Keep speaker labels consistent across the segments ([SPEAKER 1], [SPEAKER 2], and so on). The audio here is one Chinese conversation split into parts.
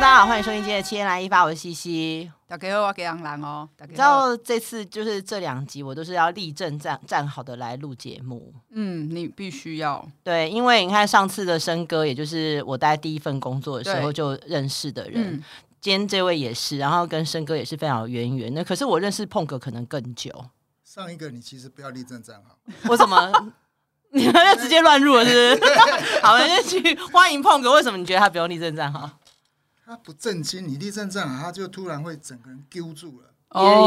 [SPEAKER 1] 家好，欢迎收听今天的《七天来一发》，我是西西。
[SPEAKER 2] 大家好，我给杨兰哦。大
[SPEAKER 1] 你知
[SPEAKER 2] 家好，
[SPEAKER 1] 道这次就是这两集，我都是要立正站站好的来录节目。
[SPEAKER 2] 嗯，你必须要
[SPEAKER 1] 对，因为你看上次的生哥，也就是我待第一份工作的时候就认识的人，
[SPEAKER 2] 嗯，
[SPEAKER 1] 今天这位也是，然后跟生哥也是非常有渊源。那可是我认识碰哥可能更久，
[SPEAKER 3] 上一个你其实不要立正站好，
[SPEAKER 1] 我怎么？ 你们就直接乱入了，是不是？好，我们就去欢迎碰哥。为什么你觉得他不用立正站好？
[SPEAKER 3] 他不正经，你立正站好，他就突然会整个人揪住了。
[SPEAKER 2] 哦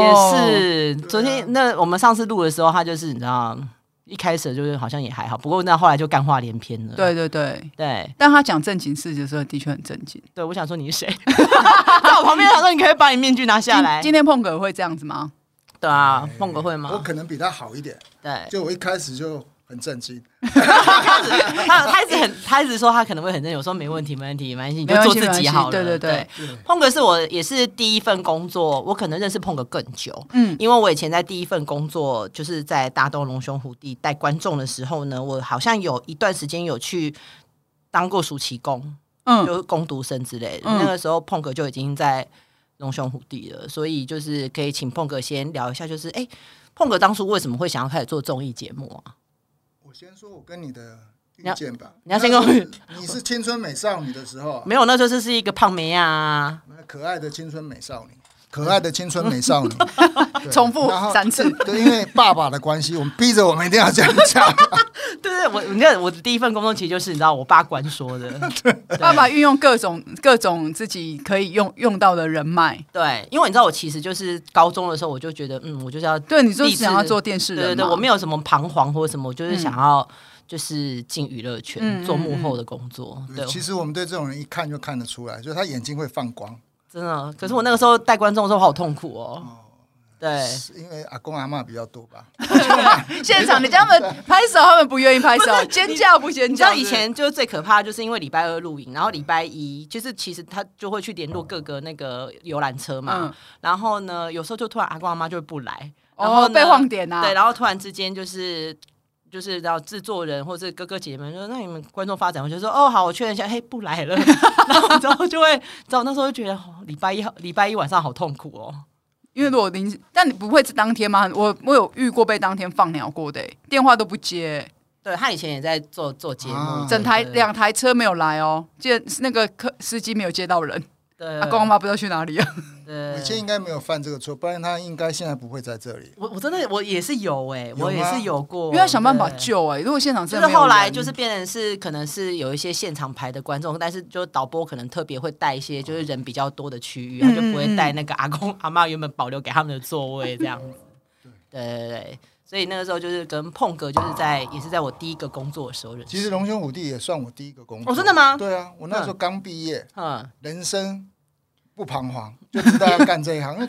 [SPEAKER 1] 也也是，
[SPEAKER 3] 对啊
[SPEAKER 1] 昨天那我们上次录的时候，他就是你知道，一开始就是好像也还好，不过那后来就干话连篇了。
[SPEAKER 2] 对对对。
[SPEAKER 1] 对
[SPEAKER 2] 但他讲正经事的时候，的确很正经。
[SPEAKER 1] 对，我想说你是 谁，在我旁边想说你可以把你面具拿下来
[SPEAKER 2] 今。今天碰哥会这样子吗？
[SPEAKER 1] 对啊，凤哥会
[SPEAKER 3] 我
[SPEAKER 1] 吗？
[SPEAKER 3] 可能比他好一点，
[SPEAKER 1] 对，
[SPEAKER 3] 就我一开始就很震惊，
[SPEAKER 1] 他他一直很他一直说他可能会很认真，我说没问题没问题，没关系，你就
[SPEAKER 2] 没关
[SPEAKER 1] 做
[SPEAKER 2] 系
[SPEAKER 1] 自己好了。
[SPEAKER 2] 没关系对对对
[SPEAKER 1] 碰哥是我也是第一份工作，我可能认识碰哥更久，
[SPEAKER 2] 嗯
[SPEAKER 1] 因为我以前在第一份工作就是在大东龙兄虎弟带观众的时候呢，我好像有一段时间有去当过暑期工，
[SPEAKER 2] 嗯
[SPEAKER 1] 就是工读生之类的。
[SPEAKER 2] 嗯
[SPEAKER 1] 那个时候碰哥就已经在龙兄虎弟了，所以就是可以请碰哥先聊一下，就是哎，碰哥当初为什么会想要开始做综艺节目啊？
[SPEAKER 3] 我先说我跟你的遇见吧。
[SPEAKER 1] 你要你要先跟
[SPEAKER 3] 那是你是青春美少女的时候啊，
[SPEAKER 1] 没有，那就是是一个胖妹啊，
[SPEAKER 3] 可爱的青春美少女，可爱的青春美少 女，对
[SPEAKER 2] 重复
[SPEAKER 3] 然后
[SPEAKER 2] 三次
[SPEAKER 3] 对，因为爸爸的关系，我们逼着我们一定要这样讲。
[SPEAKER 1] 对对，我你看我的第一份工作其实就是你知道我爸关说 的，对
[SPEAKER 2] 爸爸运用各种各种自己可以用用到的人脉。
[SPEAKER 1] 对，因为你知道我其实就是高中的时候我就觉得嗯，我就是要
[SPEAKER 2] 对，你就
[SPEAKER 1] 励
[SPEAKER 2] 是
[SPEAKER 1] 志
[SPEAKER 2] 想要做电视
[SPEAKER 1] 对
[SPEAKER 2] 人嘛
[SPEAKER 1] 对对，我没有什么彷徨或什么，我就是想要就是进娱乐圈、
[SPEAKER 2] 嗯
[SPEAKER 1] 做幕后的工作。 对
[SPEAKER 3] 对，嗯其实我们对这种人一看就看得出来，就是他眼睛会放光，
[SPEAKER 1] 真的。可是我那个时候带观众的时候好痛苦哦。对，
[SPEAKER 3] 是因为阿公阿妈比较多吧。
[SPEAKER 2] 现场，你叫他们拍手，他们不愿 意拍手，尖叫不尖
[SPEAKER 1] 你知道
[SPEAKER 2] 叫。
[SPEAKER 1] 以前就是最可怕，就是因为礼拜二录影，然后礼拜一就是其实他就会去联络各个那个游览车嘛，
[SPEAKER 2] 嗯
[SPEAKER 1] 然后呢，有时候就突然阿公阿妈就会不来，然后
[SPEAKER 2] 哦
[SPEAKER 1] 呢
[SPEAKER 2] 被晃点啊，
[SPEAKER 1] 对，然后突然之间就是就是然后制作人或者是哥哥姐姐们就说那你们观众发展，我就说哦好，我确认一下，嘿不来了， 然后之后就会，知道我那时候就觉得哦礼拜一礼拜一晚上好痛苦哦，
[SPEAKER 2] 因为如果临时，但你不会是当天吗？我我有遇过被当天放鸟过的、欸电话都不接、欸
[SPEAKER 1] 对他以前也在做做节目，
[SPEAKER 3] 啊
[SPEAKER 2] 整台
[SPEAKER 1] 嗯对
[SPEAKER 2] 两台车没有来哦，记得是那个客司机没有接到人，
[SPEAKER 1] 对
[SPEAKER 2] 阿公阿妈不知道去哪 里了。
[SPEAKER 1] 对
[SPEAKER 3] 伟倩应该没有犯这个错，不然他应该现在不会在这里。
[SPEAKER 1] 我我真的我也是有哎、
[SPEAKER 3] 吗
[SPEAKER 1] 我也是有过，
[SPEAKER 2] 因为要想办法
[SPEAKER 1] 对
[SPEAKER 2] 救哎、如果现场
[SPEAKER 1] 就
[SPEAKER 2] 真
[SPEAKER 1] 是
[SPEAKER 2] 的没有
[SPEAKER 1] 后来
[SPEAKER 2] 人
[SPEAKER 1] 就是变成是可能是有一些现场排的观众，但是就导播可能特别会带一些就是人比较多的区域，他就不会带那个阿公阿妈原本保留给他们的座位这样子。对对对，所以那个时候就是跟碰哥就是在也是在我第一个工作的时候认识。
[SPEAKER 3] 其实龙兄虎弟也算我第一个工作。
[SPEAKER 1] 哦真的吗
[SPEAKER 3] 对啊，我那时候刚毕业，
[SPEAKER 1] 嗯，
[SPEAKER 3] 人生不彷徨，就知道要干这一行，因为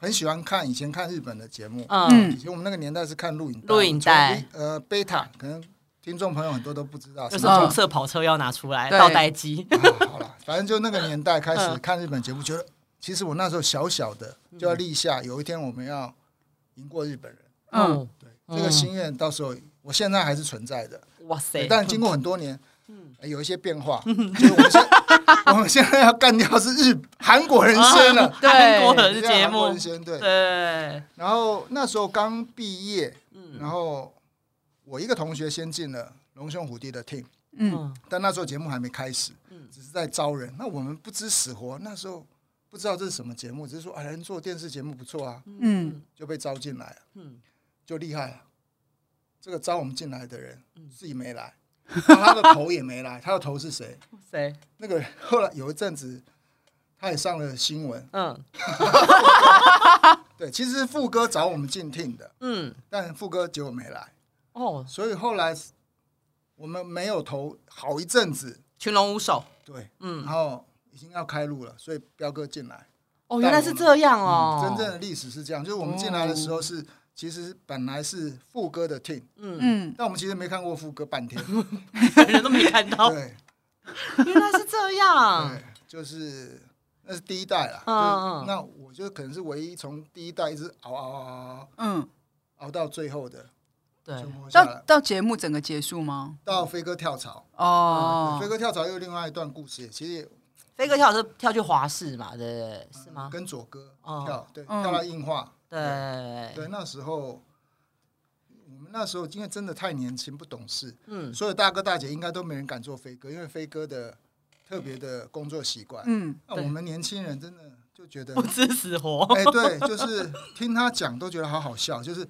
[SPEAKER 3] 很喜欢看以前看日本的节目。
[SPEAKER 1] 嗯
[SPEAKER 2] 嗯
[SPEAKER 3] 以前我们那个年代是看录影带
[SPEAKER 1] 录影带，
[SPEAKER 3] 从呃，贝塔可能听众朋友很多都不知道
[SPEAKER 1] 就
[SPEAKER 3] 什
[SPEAKER 1] 是
[SPEAKER 3] 么
[SPEAKER 1] 红色跑车要拿出来
[SPEAKER 2] 对
[SPEAKER 1] 倒带机，
[SPEAKER 3] 叫。啊好了，反正就那个年代开始
[SPEAKER 1] 嗯
[SPEAKER 3] 看日本节目，觉得其实我那时候小小的就要立下，有一天我们要赢过日本人。
[SPEAKER 2] 嗯，
[SPEAKER 1] 嗯，
[SPEAKER 3] 对，这个心愿到时候我现在还是存在的。
[SPEAKER 1] 嗯哇塞，
[SPEAKER 3] 但经过很多年，呃有一些变化，
[SPEAKER 1] 嗯
[SPEAKER 3] 就是我们现 我们现在要干掉是日韩国人先啊了，
[SPEAKER 2] 对
[SPEAKER 1] 韩国
[SPEAKER 3] 我
[SPEAKER 1] 的
[SPEAKER 3] 们现在
[SPEAKER 1] 哦节
[SPEAKER 3] 韩国
[SPEAKER 1] 目
[SPEAKER 3] 人，先对。
[SPEAKER 1] 对，
[SPEAKER 3] 然后那时候刚毕业，
[SPEAKER 1] 嗯
[SPEAKER 3] 然后我一个同学先进了龙兄虎弟的 team，
[SPEAKER 2] 嗯，
[SPEAKER 1] 嗯
[SPEAKER 3] 但那时候节目还没开始
[SPEAKER 1] 嗯，
[SPEAKER 3] 只是在招人。那我们不知死活，那时候不知道这是什么节目，只是说啊，人做电视节目不错啊，
[SPEAKER 2] 嗯
[SPEAKER 3] 就被招进来啊了，
[SPEAKER 1] 嗯，
[SPEAKER 3] 就厉害了。这个招我们进来的人自己没来，然后他的头也没来，他 的头是谁？
[SPEAKER 1] 哇塞，
[SPEAKER 3] 那个人后来有一阵子，他也上了新闻。
[SPEAKER 1] 嗯
[SPEAKER 3] 对，其实是富哥找我们进听的，
[SPEAKER 1] 嗯，
[SPEAKER 3] 但富哥结果没来，
[SPEAKER 1] 哦，
[SPEAKER 3] 所以后来我们没有投好一阵子。
[SPEAKER 1] 群龙无首，
[SPEAKER 3] 对，
[SPEAKER 1] 嗯
[SPEAKER 3] 然。后已经要开录了，所以彪哥进来。
[SPEAKER 1] 哦，
[SPEAKER 3] 带
[SPEAKER 1] 原来
[SPEAKER 3] 我
[SPEAKER 1] 是
[SPEAKER 3] 们
[SPEAKER 1] 这样哦，
[SPEAKER 3] 嗯真正的历史是这样，就是我们进来的时候是，其实本来是富哥的 team，
[SPEAKER 1] 嗯，
[SPEAKER 2] 嗯，
[SPEAKER 3] 但我们其实没看过富哥半天。
[SPEAKER 1] 本人都没看到，
[SPEAKER 3] 对，
[SPEAKER 1] 原来是这样
[SPEAKER 3] 对，就是那是第一代啦。
[SPEAKER 1] 嗯嗯
[SPEAKER 3] 就是那我就可能是唯一从第一代一直熬熬熬熬熬
[SPEAKER 2] 嗯，
[SPEAKER 3] 熬到最后的，
[SPEAKER 1] 对
[SPEAKER 3] 存活下
[SPEAKER 2] 到
[SPEAKER 3] 来。
[SPEAKER 2] 到节目整个结束吗？
[SPEAKER 3] 到飞哥跳槽，
[SPEAKER 2] 哦
[SPEAKER 1] 嗯
[SPEAKER 3] 飞，哥跳槽又另外一段故事，其实也
[SPEAKER 1] 飞哥跳是跳去华视嘛，对不对？是吗？
[SPEAKER 3] 跟左哥
[SPEAKER 1] 哦
[SPEAKER 3] 跳，对，
[SPEAKER 2] 嗯
[SPEAKER 3] 跳到硬化，
[SPEAKER 1] 对，
[SPEAKER 3] 对，那时候我们那时候因为真的太年轻不懂事，
[SPEAKER 1] 嗯，
[SPEAKER 3] 所有大哥大姐应该都没人敢做飞哥，因为飞哥的特别的工作习惯。
[SPEAKER 2] 嗯，
[SPEAKER 3] 那、
[SPEAKER 1] 对
[SPEAKER 3] 我们年轻人真的就觉得
[SPEAKER 1] 不，知死活。
[SPEAKER 3] 哎、对，就是听他讲都觉得好好笑，就是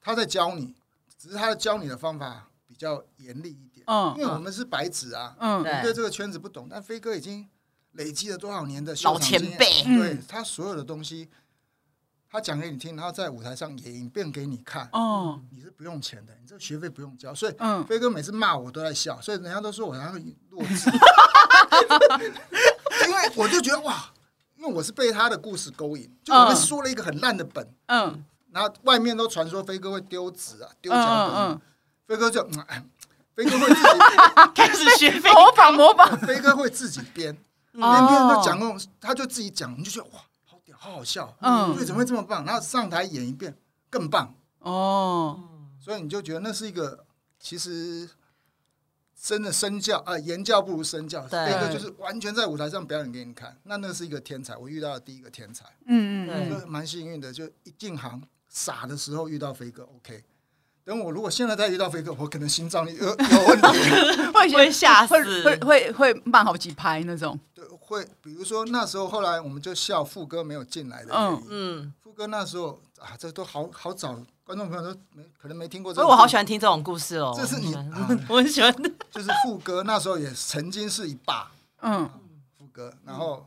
[SPEAKER 3] 他在教你，只是他教你的方法比较严厉一点，
[SPEAKER 2] 嗯
[SPEAKER 3] 因为我们是白纸啊，
[SPEAKER 2] 嗯
[SPEAKER 1] 对
[SPEAKER 3] 我们对这个圈子不懂，但飞哥已经累积了多少年的秀
[SPEAKER 1] 老
[SPEAKER 3] 场经验
[SPEAKER 1] 前辈
[SPEAKER 3] 对
[SPEAKER 2] 嗯
[SPEAKER 3] 他所有的东西，他讲给你听，然后在舞台上也演变给你看，
[SPEAKER 2] 嗯
[SPEAKER 3] 你是不用钱的，你这个学费不用交，所以
[SPEAKER 2] 嗯，
[SPEAKER 3] 飞哥每次骂我都在笑，所以人家都说我像弱智， 因为我就觉得哇，因为我是被他的故事勾引，就我们
[SPEAKER 2] 嗯
[SPEAKER 3] 说了一个很烂的本，
[SPEAKER 2] 嗯
[SPEAKER 3] 然后外面都传说飞哥会丢纸啊，丢
[SPEAKER 2] 嗯
[SPEAKER 3] 脚本，
[SPEAKER 2] 嗯，
[SPEAKER 3] 飞哥就，嗯哎飞哥会自己，
[SPEAKER 1] 开始学飞
[SPEAKER 2] 嗯，模仿模仿，
[SPEAKER 3] 飞哥会自己编，
[SPEAKER 1] 嗯
[SPEAKER 3] 编编都讲
[SPEAKER 2] 哦，
[SPEAKER 3] 那种，他就自己讲，你就觉得哇，好屌，好好笑，
[SPEAKER 2] 嗯
[SPEAKER 3] 对，怎么会这么棒？然后上台演一遍更棒，
[SPEAKER 2] 哦，
[SPEAKER 3] 所以你就觉得那是一个其实真的身教啊、呃言教不如身教。
[SPEAKER 1] 对
[SPEAKER 3] 飞哥就是完全在舞台上表演给你看，那那是一个天才，我遇到的第一个天才，
[SPEAKER 2] 嗯
[SPEAKER 1] 对
[SPEAKER 2] 嗯
[SPEAKER 3] 就蛮幸运的，就一进行傻的时候遇到飞哥，OK。等我如果现在再遇到飞哥，我可能心脏有有问 题，
[SPEAKER 2] 嗯，会
[SPEAKER 1] 会吓死
[SPEAKER 2] 会会会会慢好几拍那种，
[SPEAKER 3] 对，会比如说那时候后来我们就笑副歌没有进来的原因，
[SPEAKER 1] 嗯，
[SPEAKER 3] 富哥那时候啊，这都好好早，观众朋友都没可能没听过这
[SPEAKER 1] 所以
[SPEAKER 3] 个。
[SPEAKER 1] 哎我好喜欢听这种故事哦。
[SPEAKER 3] 这是你
[SPEAKER 1] 我很喜
[SPEAKER 3] 啊
[SPEAKER 1] 欢 我很喜欢。
[SPEAKER 3] 就是富哥那时候也曾经是一霸
[SPEAKER 2] 嗯
[SPEAKER 3] 富哥，然后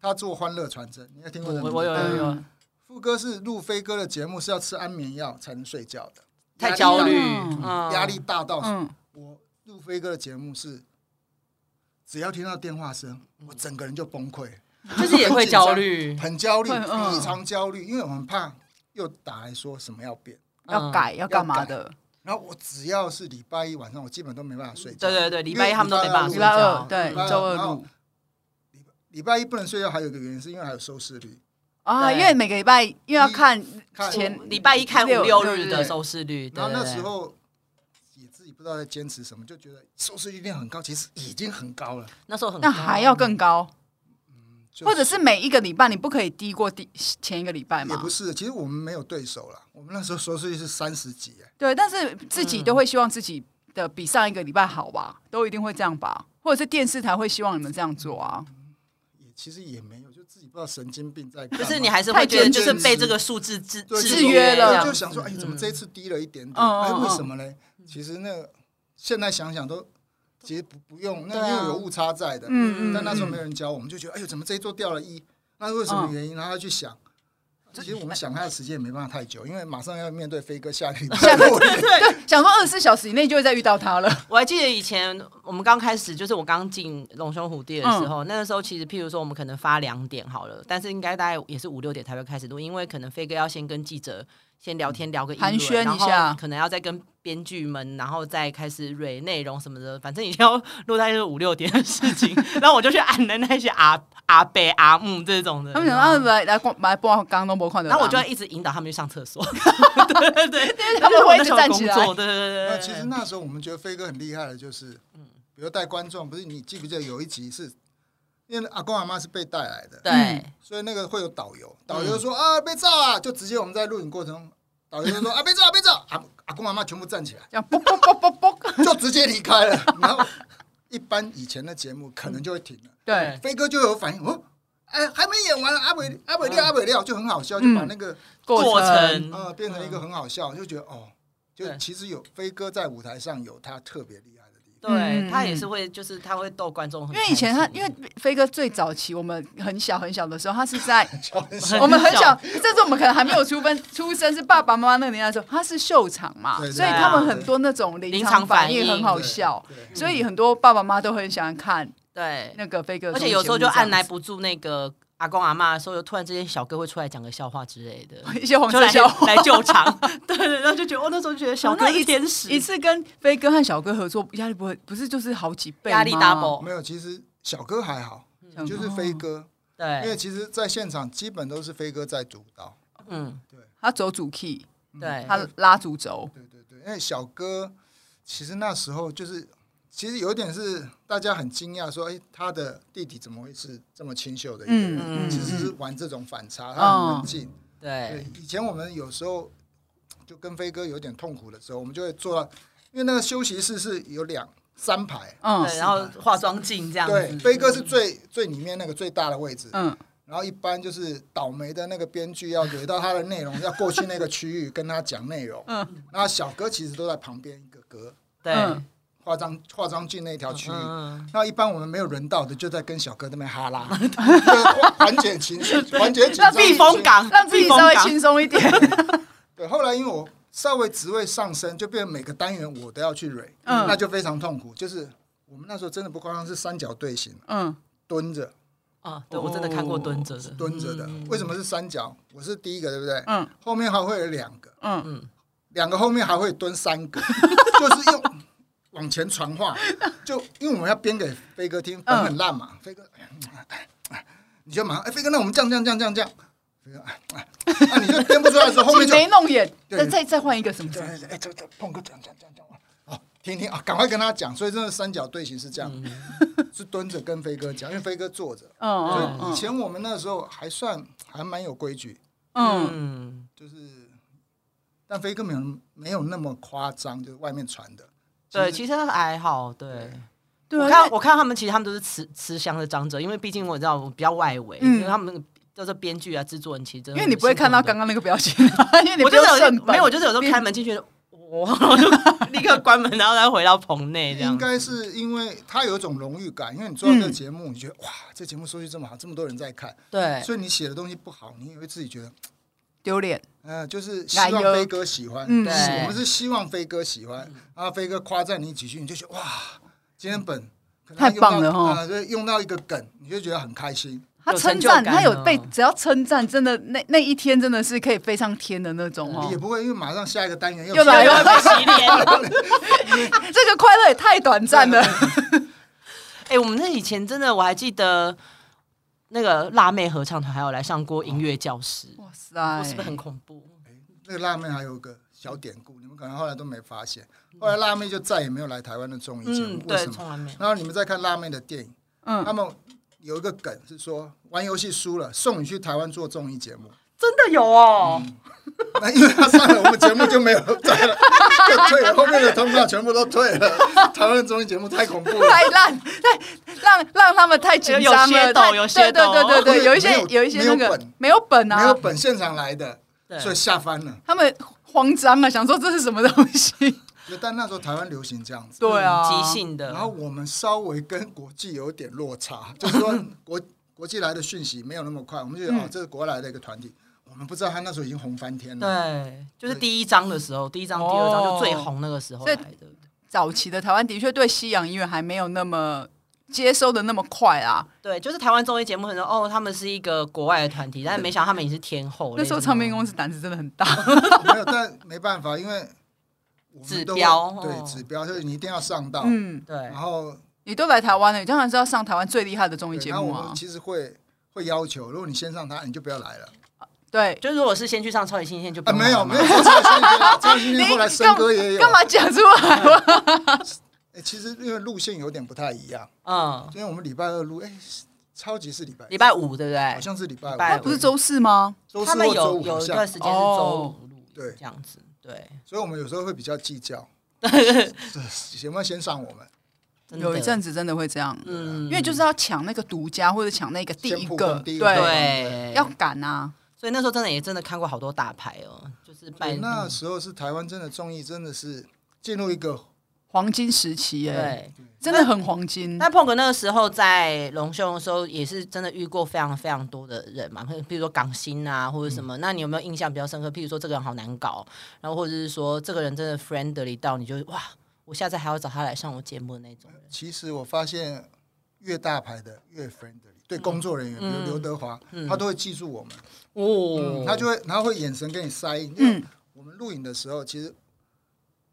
[SPEAKER 3] 他做欢乐传承，你有听过
[SPEAKER 1] 我
[SPEAKER 3] 这个名
[SPEAKER 1] 嗯
[SPEAKER 3] 字？
[SPEAKER 1] 我
[SPEAKER 2] 哦
[SPEAKER 1] 有有有，
[SPEAKER 3] 富哥是录飞哥的节目是要吃安眠药才能睡觉的，
[SPEAKER 1] 太
[SPEAKER 3] 压力
[SPEAKER 1] 焦
[SPEAKER 3] 大
[SPEAKER 1] 虑，
[SPEAKER 3] 到
[SPEAKER 1] 嗯
[SPEAKER 3] 压力大到、
[SPEAKER 2] 嗯
[SPEAKER 3] 我录飞哥的节目是。只要听到电话声，我整个人就崩溃，
[SPEAKER 1] 就是也会焦虑，
[SPEAKER 3] 很焦虑，
[SPEAKER 2] 会嗯
[SPEAKER 3] 非常焦虑，因为我很怕又打来说什么要变。
[SPEAKER 2] 要
[SPEAKER 1] 嗯。
[SPEAKER 2] 改要干嘛的，
[SPEAKER 3] 然后我只要是礼拜一晚上，我基本都没办法睡觉。
[SPEAKER 1] 对对对，礼拜一他们都没办法
[SPEAKER 3] 因
[SPEAKER 2] 礼
[SPEAKER 1] 睡
[SPEAKER 3] 为
[SPEAKER 2] 拜
[SPEAKER 1] 觉
[SPEAKER 2] 二，对
[SPEAKER 3] 礼拜二
[SPEAKER 2] 周二
[SPEAKER 3] 然后
[SPEAKER 2] 录
[SPEAKER 3] 礼拜一不能睡觉，还有一个原因是因为还有收视率。
[SPEAKER 2] 啊，
[SPEAKER 1] 哦对
[SPEAKER 2] 因为每个礼拜因为要看
[SPEAKER 3] 看
[SPEAKER 2] 前
[SPEAKER 1] 礼拜一看五
[SPEAKER 2] 六
[SPEAKER 1] 六日的
[SPEAKER 3] 对
[SPEAKER 1] 收视率，对
[SPEAKER 3] 然后那
[SPEAKER 1] 对对
[SPEAKER 3] 时候也自己不知道在坚持什么，就觉得收视率一定很高，其实已经很高了。
[SPEAKER 1] 那时候很
[SPEAKER 2] 那
[SPEAKER 1] 高
[SPEAKER 2] 还要更高，
[SPEAKER 3] 就
[SPEAKER 2] 或者是每一个礼拜你不可以低过第前一个礼拜
[SPEAKER 3] 也
[SPEAKER 2] 嘛
[SPEAKER 3] 不？是，其实我们没有对手了。我们那时候收视率是三十几，哎
[SPEAKER 2] 对，但是自己
[SPEAKER 1] 嗯
[SPEAKER 2] 都会希望自己的比上一个礼拜好吧，都一定会这样吧，或者是电视台会希望你们这样做啊。
[SPEAKER 3] 也其实也没有，就自己不知道神经病在干
[SPEAKER 1] 就
[SPEAKER 3] 嘛。
[SPEAKER 1] 是你还是会觉得就是被这个数字制
[SPEAKER 3] 对
[SPEAKER 2] 制约了
[SPEAKER 1] 这样
[SPEAKER 3] 就
[SPEAKER 1] 子
[SPEAKER 3] 想说，哎，怎么这一次低了一点点？
[SPEAKER 2] 嗯嗯
[SPEAKER 3] 哎，为
[SPEAKER 2] 嗯
[SPEAKER 3] 什么嘞？其实那个现在想想都，其实不不用，
[SPEAKER 1] 对
[SPEAKER 3] 那
[SPEAKER 1] 啊
[SPEAKER 3] 因为有误差在的。
[SPEAKER 2] 嗯嗯
[SPEAKER 3] 但那时候
[SPEAKER 2] 嗯
[SPEAKER 3] 没有人教我们，就觉得哎呦，怎么这一座掉了一？那是为什么原因？然后要去想。其实我们想他的时间也没办法太久，因为马上要面对飞哥下个礼拜的落地。
[SPEAKER 2] 对，想说二十四小时以内就会再遇到他了。
[SPEAKER 1] 我还记得以前我们刚开始，就是我刚进龙兄虎弟的时
[SPEAKER 2] 嗯
[SPEAKER 1] 候，那个时候其实譬如说我们可能发两点好了，但是应该大概也是五六点才会开始录，因为可能飞哥要先跟记者先聊天聊个一轮
[SPEAKER 2] 寒暄一
[SPEAKER 1] 然后
[SPEAKER 2] 下
[SPEAKER 1] 可能要再跟编剧们，然后再开始蕊内容什么的，反正已经要录到就是五六点的事情，然后我就去按了那些阿 阿伯阿姆这种的，
[SPEAKER 2] 他们想啊，来来逛来逛刚东博看的，
[SPEAKER 1] 然后我就会一直引导他们去上厕 所，对对对，
[SPEAKER 2] 他们
[SPEAKER 1] 然后
[SPEAKER 2] 会
[SPEAKER 1] 我
[SPEAKER 2] 一
[SPEAKER 1] 那
[SPEAKER 2] 直
[SPEAKER 1] 时候
[SPEAKER 2] 站起来
[SPEAKER 1] 工作对对对
[SPEAKER 3] 那
[SPEAKER 1] 对，
[SPEAKER 3] 其实那时候我们觉得飞哥很厉害的，就是，
[SPEAKER 2] 嗯
[SPEAKER 3] 比如带观众，不是你记不记得有一集是，因为阿公阿妈是被带来的，
[SPEAKER 1] 对
[SPEAKER 3] 所以那个会有导游，导游说、啊被照啊，就直接我们在录影过程中，导游就 说啊被照啊被照，阿阿公阿妈全部站起来，
[SPEAKER 2] 这样啵啵啵啵啵。
[SPEAKER 3] 就直接离开 了。然后一般以前的节目可能就会停了，
[SPEAKER 2] 对，
[SPEAKER 3] 飞哥就有反应哦。哎，还没演完，阿伟阿伟料阿伟料就很好笑，就
[SPEAKER 2] 嗯
[SPEAKER 3] 把那个
[SPEAKER 1] 过程
[SPEAKER 3] 呃变成一个很好笑，就觉得哦，就
[SPEAKER 1] 对
[SPEAKER 3] 其实有飞哥在舞台上有他特别厉害的地方。
[SPEAKER 1] 对
[SPEAKER 2] 嗯
[SPEAKER 1] 他也是会，就是他会逗观众很开
[SPEAKER 2] 因为
[SPEAKER 1] 心，
[SPEAKER 2] 以前他，因为飞哥最早期，我们很小很小的时候，他是在
[SPEAKER 3] 笑 很
[SPEAKER 1] 很
[SPEAKER 2] 我们很小
[SPEAKER 1] 小，
[SPEAKER 2] 甚至我们可能还没有出分出生，是爸爸妈妈那个年代的时候，他是秀场嘛，
[SPEAKER 3] 对对
[SPEAKER 2] 所以他们很多那种临
[SPEAKER 1] 临
[SPEAKER 2] 场
[SPEAKER 1] 场
[SPEAKER 2] 反
[SPEAKER 1] 反
[SPEAKER 2] 应
[SPEAKER 1] 应嗯
[SPEAKER 2] 很好笑，
[SPEAKER 3] 对对
[SPEAKER 2] 所以很多爸爸妈妈都很喜欢看
[SPEAKER 1] 对，
[SPEAKER 2] 那个飞哥的
[SPEAKER 1] 而
[SPEAKER 2] 综艺
[SPEAKER 1] 且
[SPEAKER 2] 节目
[SPEAKER 1] 有时
[SPEAKER 2] 这样子，
[SPEAKER 1] 候就按耐不住那个阿公阿妈的时候，又突然之间小哥会出来讲个笑话之类的，
[SPEAKER 2] 一些黄
[SPEAKER 1] 就
[SPEAKER 2] 色
[SPEAKER 1] 来
[SPEAKER 2] 笑话。
[SPEAKER 1] 来 救场，对对，然后就觉得哦，那时候就觉得小
[SPEAKER 2] 哦
[SPEAKER 1] 哥
[SPEAKER 2] 那
[SPEAKER 1] 是天使，
[SPEAKER 2] 一次跟飞哥和小哥合作，压力不会不是就是好几倍吗
[SPEAKER 1] 压力 double，
[SPEAKER 3] 没有，其实小哥还好，
[SPEAKER 2] 想
[SPEAKER 3] 嗯就是飞哥。嗯因为
[SPEAKER 1] 对，
[SPEAKER 3] 其实，在现场基本都是飞哥在主导。
[SPEAKER 1] 嗯，
[SPEAKER 2] 他走主 key，
[SPEAKER 1] 对，
[SPEAKER 2] 他拉主轴，
[SPEAKER 3] 哎对对对，因为小哥其实那时候就是其实有一点是大家很惊讶，说：“哎、他的弟弟怎么会是这么清秀的一个人？”
[SPEAKER 2] 嗯
[SPEAKER 1] 嗯
[SPEAKER 3] 其实是玩这种反差，他很文静。对
[SPEAKER 1] 哦对，，
[SPEAKER 3] 以前我们有时候就跟飞哥有点痛苦的时候，我们就会坐到，因为那个休息室是有两三排，
[SPEAKER 2] 嗯
[SPEAKER 1] 对，然后化妆镜这样
[SPEAKER 3] 对，
[SPEAKER 1] 子，
[SPEAKER 3] 飞哥是最最里面那个最大的位置，
[SPEAKER 2] 嗯，
[SPEAKER 3] 然后一般就是倒霉的那个编剧要惹到他的内容，要过去那个区域跟他讲内容。嗯，那小哥其实都在旁边一个格
[SPEAKER 1] 对，
[SPEAKER 2] 嗯
[SPEAKER 3] 化妆化妆镜那条区域。
[SPEAKER 1] 嗯，
[SPEAKER 3] 那一般我们没有人到的，就在跟小哥那边 哈拉，就是缓解情绪，缓解紧张。
[SPEAKER 1] 避风。港，
[SPEAKER 2] 让自己
[SPEAKER 1] 避风
[SPEAKER 2] 稍微
[SPEAKER 1] 港
[SPEAKER 2] 轻松一点。
[SPEAKER 3] 对，后来因为我稍微职位上升，就变成每个单元我都要去蕊，
[SPEAKER 2] 嗯
[SPEAKER 3] 那就非常痛苦。就是我们那时候真的不夸张，是三角队形，
[SPEAKER 2] 嗯
[SPEAKER 3] 蹲着
[SPEAKER 2] 哦
[SPEAKER 1] 啊，对我真的看过蹲着的，
[SPEAKER 3] 哦蹲着的。
[SPEAKER 1] 嗯
[SPEAKER 3] 为什么是三角？我是第一个，对不对？
[SPEAKER 2] 嗯
[SPEAKER 3] 后面还会有两个。
[SPEAKER 2] 嗯，
[SPEAKER 3] 两个后面还会蹲三个， 就是用往前传话，就因为我们要编给飞哥听，反正很烂嘛，飞哥，哎呀哎哎哎你就马上，哎，飞哥，那我们这样这样这样这样这样，飞哥，哎哎那你就编不出来的时候，后面
[SPEAKER 2] 挤
[SPEAKER 3] 就，
[SPEAKER 2] 眉弄眼，
[SPEAKER 3] 对
[SPEAKER 2] 再再再换一个什么什么？
[SPEAKER 3] 哎，这这这碰个这样这样这样这样，哦，听一听啊，赶快跟他讲，所以真的三角队形是这样，是蹲着跟飞哥讲，因为飞哥坐着，
[SPEAKER 2] 嗯
[SPEAKER 3] 所
[SPEAKER 2] 嗯
[SPEAKER 3] 以以
[SPEAKER 2] 嗯
[SPEAKER 3] 前我们那时候还算还蛮有规矩，
[SPEAKER 2] 嗯
[SPEAKER 1] 嗯，
[SPEAKER 3] 就是，但飞哥没有没有那么夸张，就是外面传的。
[SPEAKER 1] 对，其实还好，对。
[SPEAKER 2] 对
[SPEAKER 1] 我
[SPEAKER 2] 啊，因为
[SPEAKER 1] 看我看他们，其实他们都是吃吃香的长者，因为毕竟我知道我比较外围，
[SPEAKER 2] 嗯
[SPEAKER 1] 因为他们那个就是编剧啊、制作人，其实真的
[SPEAKER 2] 因为你不会看到
[SPEAKER 1] 很辛苦的
[SPEAKER 2] 刚刚那个表情啊，因为你
[SPEAKER 1] 我
[SPEAKER 2] 不
[SPEAKER 1] 就是有
[SPEAKER 2] 用
[SPEAKER 1] 时候
[SPEAKER 2] 正本
[SPEAKER 1] 没有，我就是有时候开门进去，我 我就立刻关门，然后再回到棚内这
[SPEAKER 3] 应
[SPEAKER 1] 样。嗯
[SPEAKER 3] 该是因为他有一种荣誉感，因为你做到这个节目，你觉得哇，这节目收视这么好，这么多人在看，
[SPEAKER 1] 对，
[SPEAKER 3] 所以你写的东西不好，你也会自己觉得，
[SPEAKER 2] 丢脸。
[SPEAKER 3] 呃，就是希望飞哥喜欢。
[SPEAKER 2] 嗯
[SPEAKER 1] 对
[SPEAKER 3] 我们是希望飞哥喜欢，然后飞哥夸赞你几句，你就觉得哇，今天本可能他用到
[SPEAKER 2] 太棒了哦
[SPEAKER 3] 呃对，用到一个梗，你就觉得很开心。
[SPEAKER 2] 他
[SPEAKER 1] 有
[SPEAKER 2] 称
[SPEAKER 1] 成就
[SPEAKER 2] 赞，
[SPEAKER 1] 感啊
[SPEAKER 2] 他有
[SPEAKER 1] 呢
[SPEAKER 2] 被只要称赞，真的那那一天真的是可以飞上天的那种哦
[SPEAKER 3] 也。不会因为马上下一个单元又
[SPEAKER 2] 又来
[SPEAKER 1] 又要
[SPEAKER 2] 了
[SPEAKER 1] 被洗脸。
[SPEAKER 2] 这个快乐也太短暂了。
[SPEAKER 1] 哎，我们那以前真的我还记得。那个辣妹合唱团还有来上过音乐教室，
[SPEAKER 2] 哇塞
[SPEAKER 1] 哇，是不是很恐怖？
[SPEAKER 3] 那个辣妹还有个小典故，你们可能后来都没发现。后来辣妹就再也没有来台湾的综艺节目
[SPEAKER 1] 嗯，，
[SPEAKER 3] 为
[SPEAKER 1] 对，
[SPEAKER 3] 什么？
[SPEAKER 1] 从来没有。
[SPEAKER 3] 然后你们再看辣妹的电影，
[SPEAKER 2] 嗯
[SPEAKER 3] 他们有一个梗是说，玩游戏输了送你去台湾做综艺节目，
[SPEAKER 1] 真的有哦，
[SPEAKER 3] 那因为他上了我们节目就没有再了， 就退了，后面的通告全部都退了。台湾的综艺节目太恐怖 了，
[SPEAKER 2] 太烂，太让让他们太紧
[SPEAKER 1] 有
[SPEAKER 2] 张
[SPEAKER 1] 些
[SPEAKER 2] 了，
[SPEAKER 1] 抖
[SPEAKER 2] 太
[SPEAKER 1] 有些
[SPEAKER 2] 对对对
[SPEAKER 3] 抖
[SPEAKER 2] 对对，有一
[SPEAKER 3] 没
[SPEAKER 2] 些
[SPEAKER 3] 有
[SPEAKER 2] 有一些
[SPEAKER 3] 没有
[SPEAKER 2] 那个
[SPEAKER 3] 本
[SPEAKER 2] 没有本
[SPEAKER 3] 没有
[SPEAKER 2] 啊，
[SPEAKER 3] 本现场来的，
[SPEAKER 1] 对
[SPEAKER 3] 所以下翻了。
[SPEAKER 2] 他们慌张啊，想说这是什么东西？
[SPEAKER 3] 但那时候台湾流行这样子，
[SPEAKER 2] 对啊，
[SPEAKER 1] 嗯即兴的
[SPEAKER 3] 然。后我们稍微跟国际有点落差，就是说国国际来的讯息没有那么快，我们就觉得哦，这是国外来的一个团体，我们不知道他那时候已经红翻天了。
[SPEAKER 1] 对，就是第一章的时候，第一章、第二章就最红那个时候来的。
[SPEAKER 2] 早期的台湾的确对西洋音乐还没有那么接收的那么快啊。
[SPEAKER 1] 对，就是台湾综艺节目，很多哦，他们是一个国外的团体，但是没想到他们也是天后。
[SPEAKER 2] 那时候唱片公司胆子真的很大，
[SPEAKER 3] 没有，但没办法，因为我们
[SPEAKER 1] 指
[SPEAKER 3] 都
[SPEAKER 1] 标
[SPEAKER 3] 对
[SPEAKER 1] 哦
[SPEAKER 3] 指标，就是你一定要上到。
[SPEAKER 2] 嗯，
[SPEAKER 1] 对
[SPEAKER 3] 然后，
[SPEAKER 2] 你都来台湾了，你当然是要上台湾最厉害的综艺
[SPEAKER 3] 对
[SPEAKER 2] 节
[SPEAKER 3] 然后
[SPEAKER 2] 目
[SPEAKER 3] 我
[SPEAKER 2] 啊
[SPEAKER 3] 们。其实会会要求，如果你先上他，你就不要来了。
[SPEAKER 2] 对，
[SPEAKER 1] 就是如果是先去上超级新鲜，就不
[SPEAKER 3] 啊，
[SPEAKER 1] 用
[SPEAKER 3] 没有
[SPEAKER 1] 玩了
[SPEAKER 3] 没有，张先
[SPEAKER 1] 啊
[SPEAKER 3] 生，张先 生后来森哥也有。
[SPEAKER 2] 干嘛讲出来？
[SPEAKER 3] 哎其实因为路线有点不太一样，
[SPEAKER 1] 嗯，
[SPEAKER 3] 因为我们礼拜二录，哎，超级是礼拜，
[SPEAKER 1] 礼拜五对不
[SPEAKER 3] 好
[SPEAKER 1] 对？
[SPEAKER 3] 像是礼拜
[SPEAKER 1] 礼拜
[SPEAKER 3] 五，
[SPEAKER 1] 五
[SPEAKER 2] 不是周四吗？
[SPEAKER 3] 周
[SPEAKER 1] 他
[SPEAKER 3] 四
[SPEAKER 1] 们
[SPEAKER 3] 或周
[SPEAKER 1] 有
[SPEAKER 3] 五好
[SPEAKER 1] 有一
[SPEAKER 3] 像
[SPEAKER 1] 段，时间是
[SPEAKER 2] 哦
[SPEAKER 1] 周五录，
[SPEAKER 3] 对
[SPEAKER 1] 这样子，对，
[SPEAKER 3] 所以我们有时候会比较 计较。有没有先上我们？
[SPEAKER 1] 真的
[SPEAKER 2] 有一阵子真的会这样，
[SPEAKER 1] 嗯
[SPEAKER 2] 因为就是要抢那个独家或者抢那个第一
[SPEAKER 3] 先曝
[SPEAKER 2] 个
[SPEAKER 3] 光，第一个
[SPEAKER 2] 对，
[SPEAKER 1] 对，
[SPEAKER 2] 要赶啊。
[SPEAKER 1] 所以那时候真的也真的看过好多大牌哦，就是拜
[SPEAKER 3] 对，那时候是台湾真的综艺真的是进入一个
[SPEAKER 2] 黄金时期耶、
[SPEAKER 1] 对。
[SPEAKER 2] 真的很黄金。
[SPEAKER 1] 那碰哥那个时候在隆胸的时候，也是真的遇过非常非常多的人嘛，比如说港星啊，或者什
[SPEAKER 3] 嗯
[SPEAKER 1] 么。那你有没有印象比较深刻？譬如说这个人好难搞，然后或者是说这个人真的 friendly 到你就哇，我下次还要找他来上我节目的那种人。
[SPEAKER 3] 其实我发现，越大牌的越 friendly，对
[SPEAKER 2] 嗯
[SPEAKER 3] 工作人员，比如刘德华，他都会记住我们，
[SPEAKER 2] 嗯
[SPEAKER 1] 哦
[SPEAKER 3] 嗯他就会，他会眼神给你塞。嗯，我们录影的时候，其实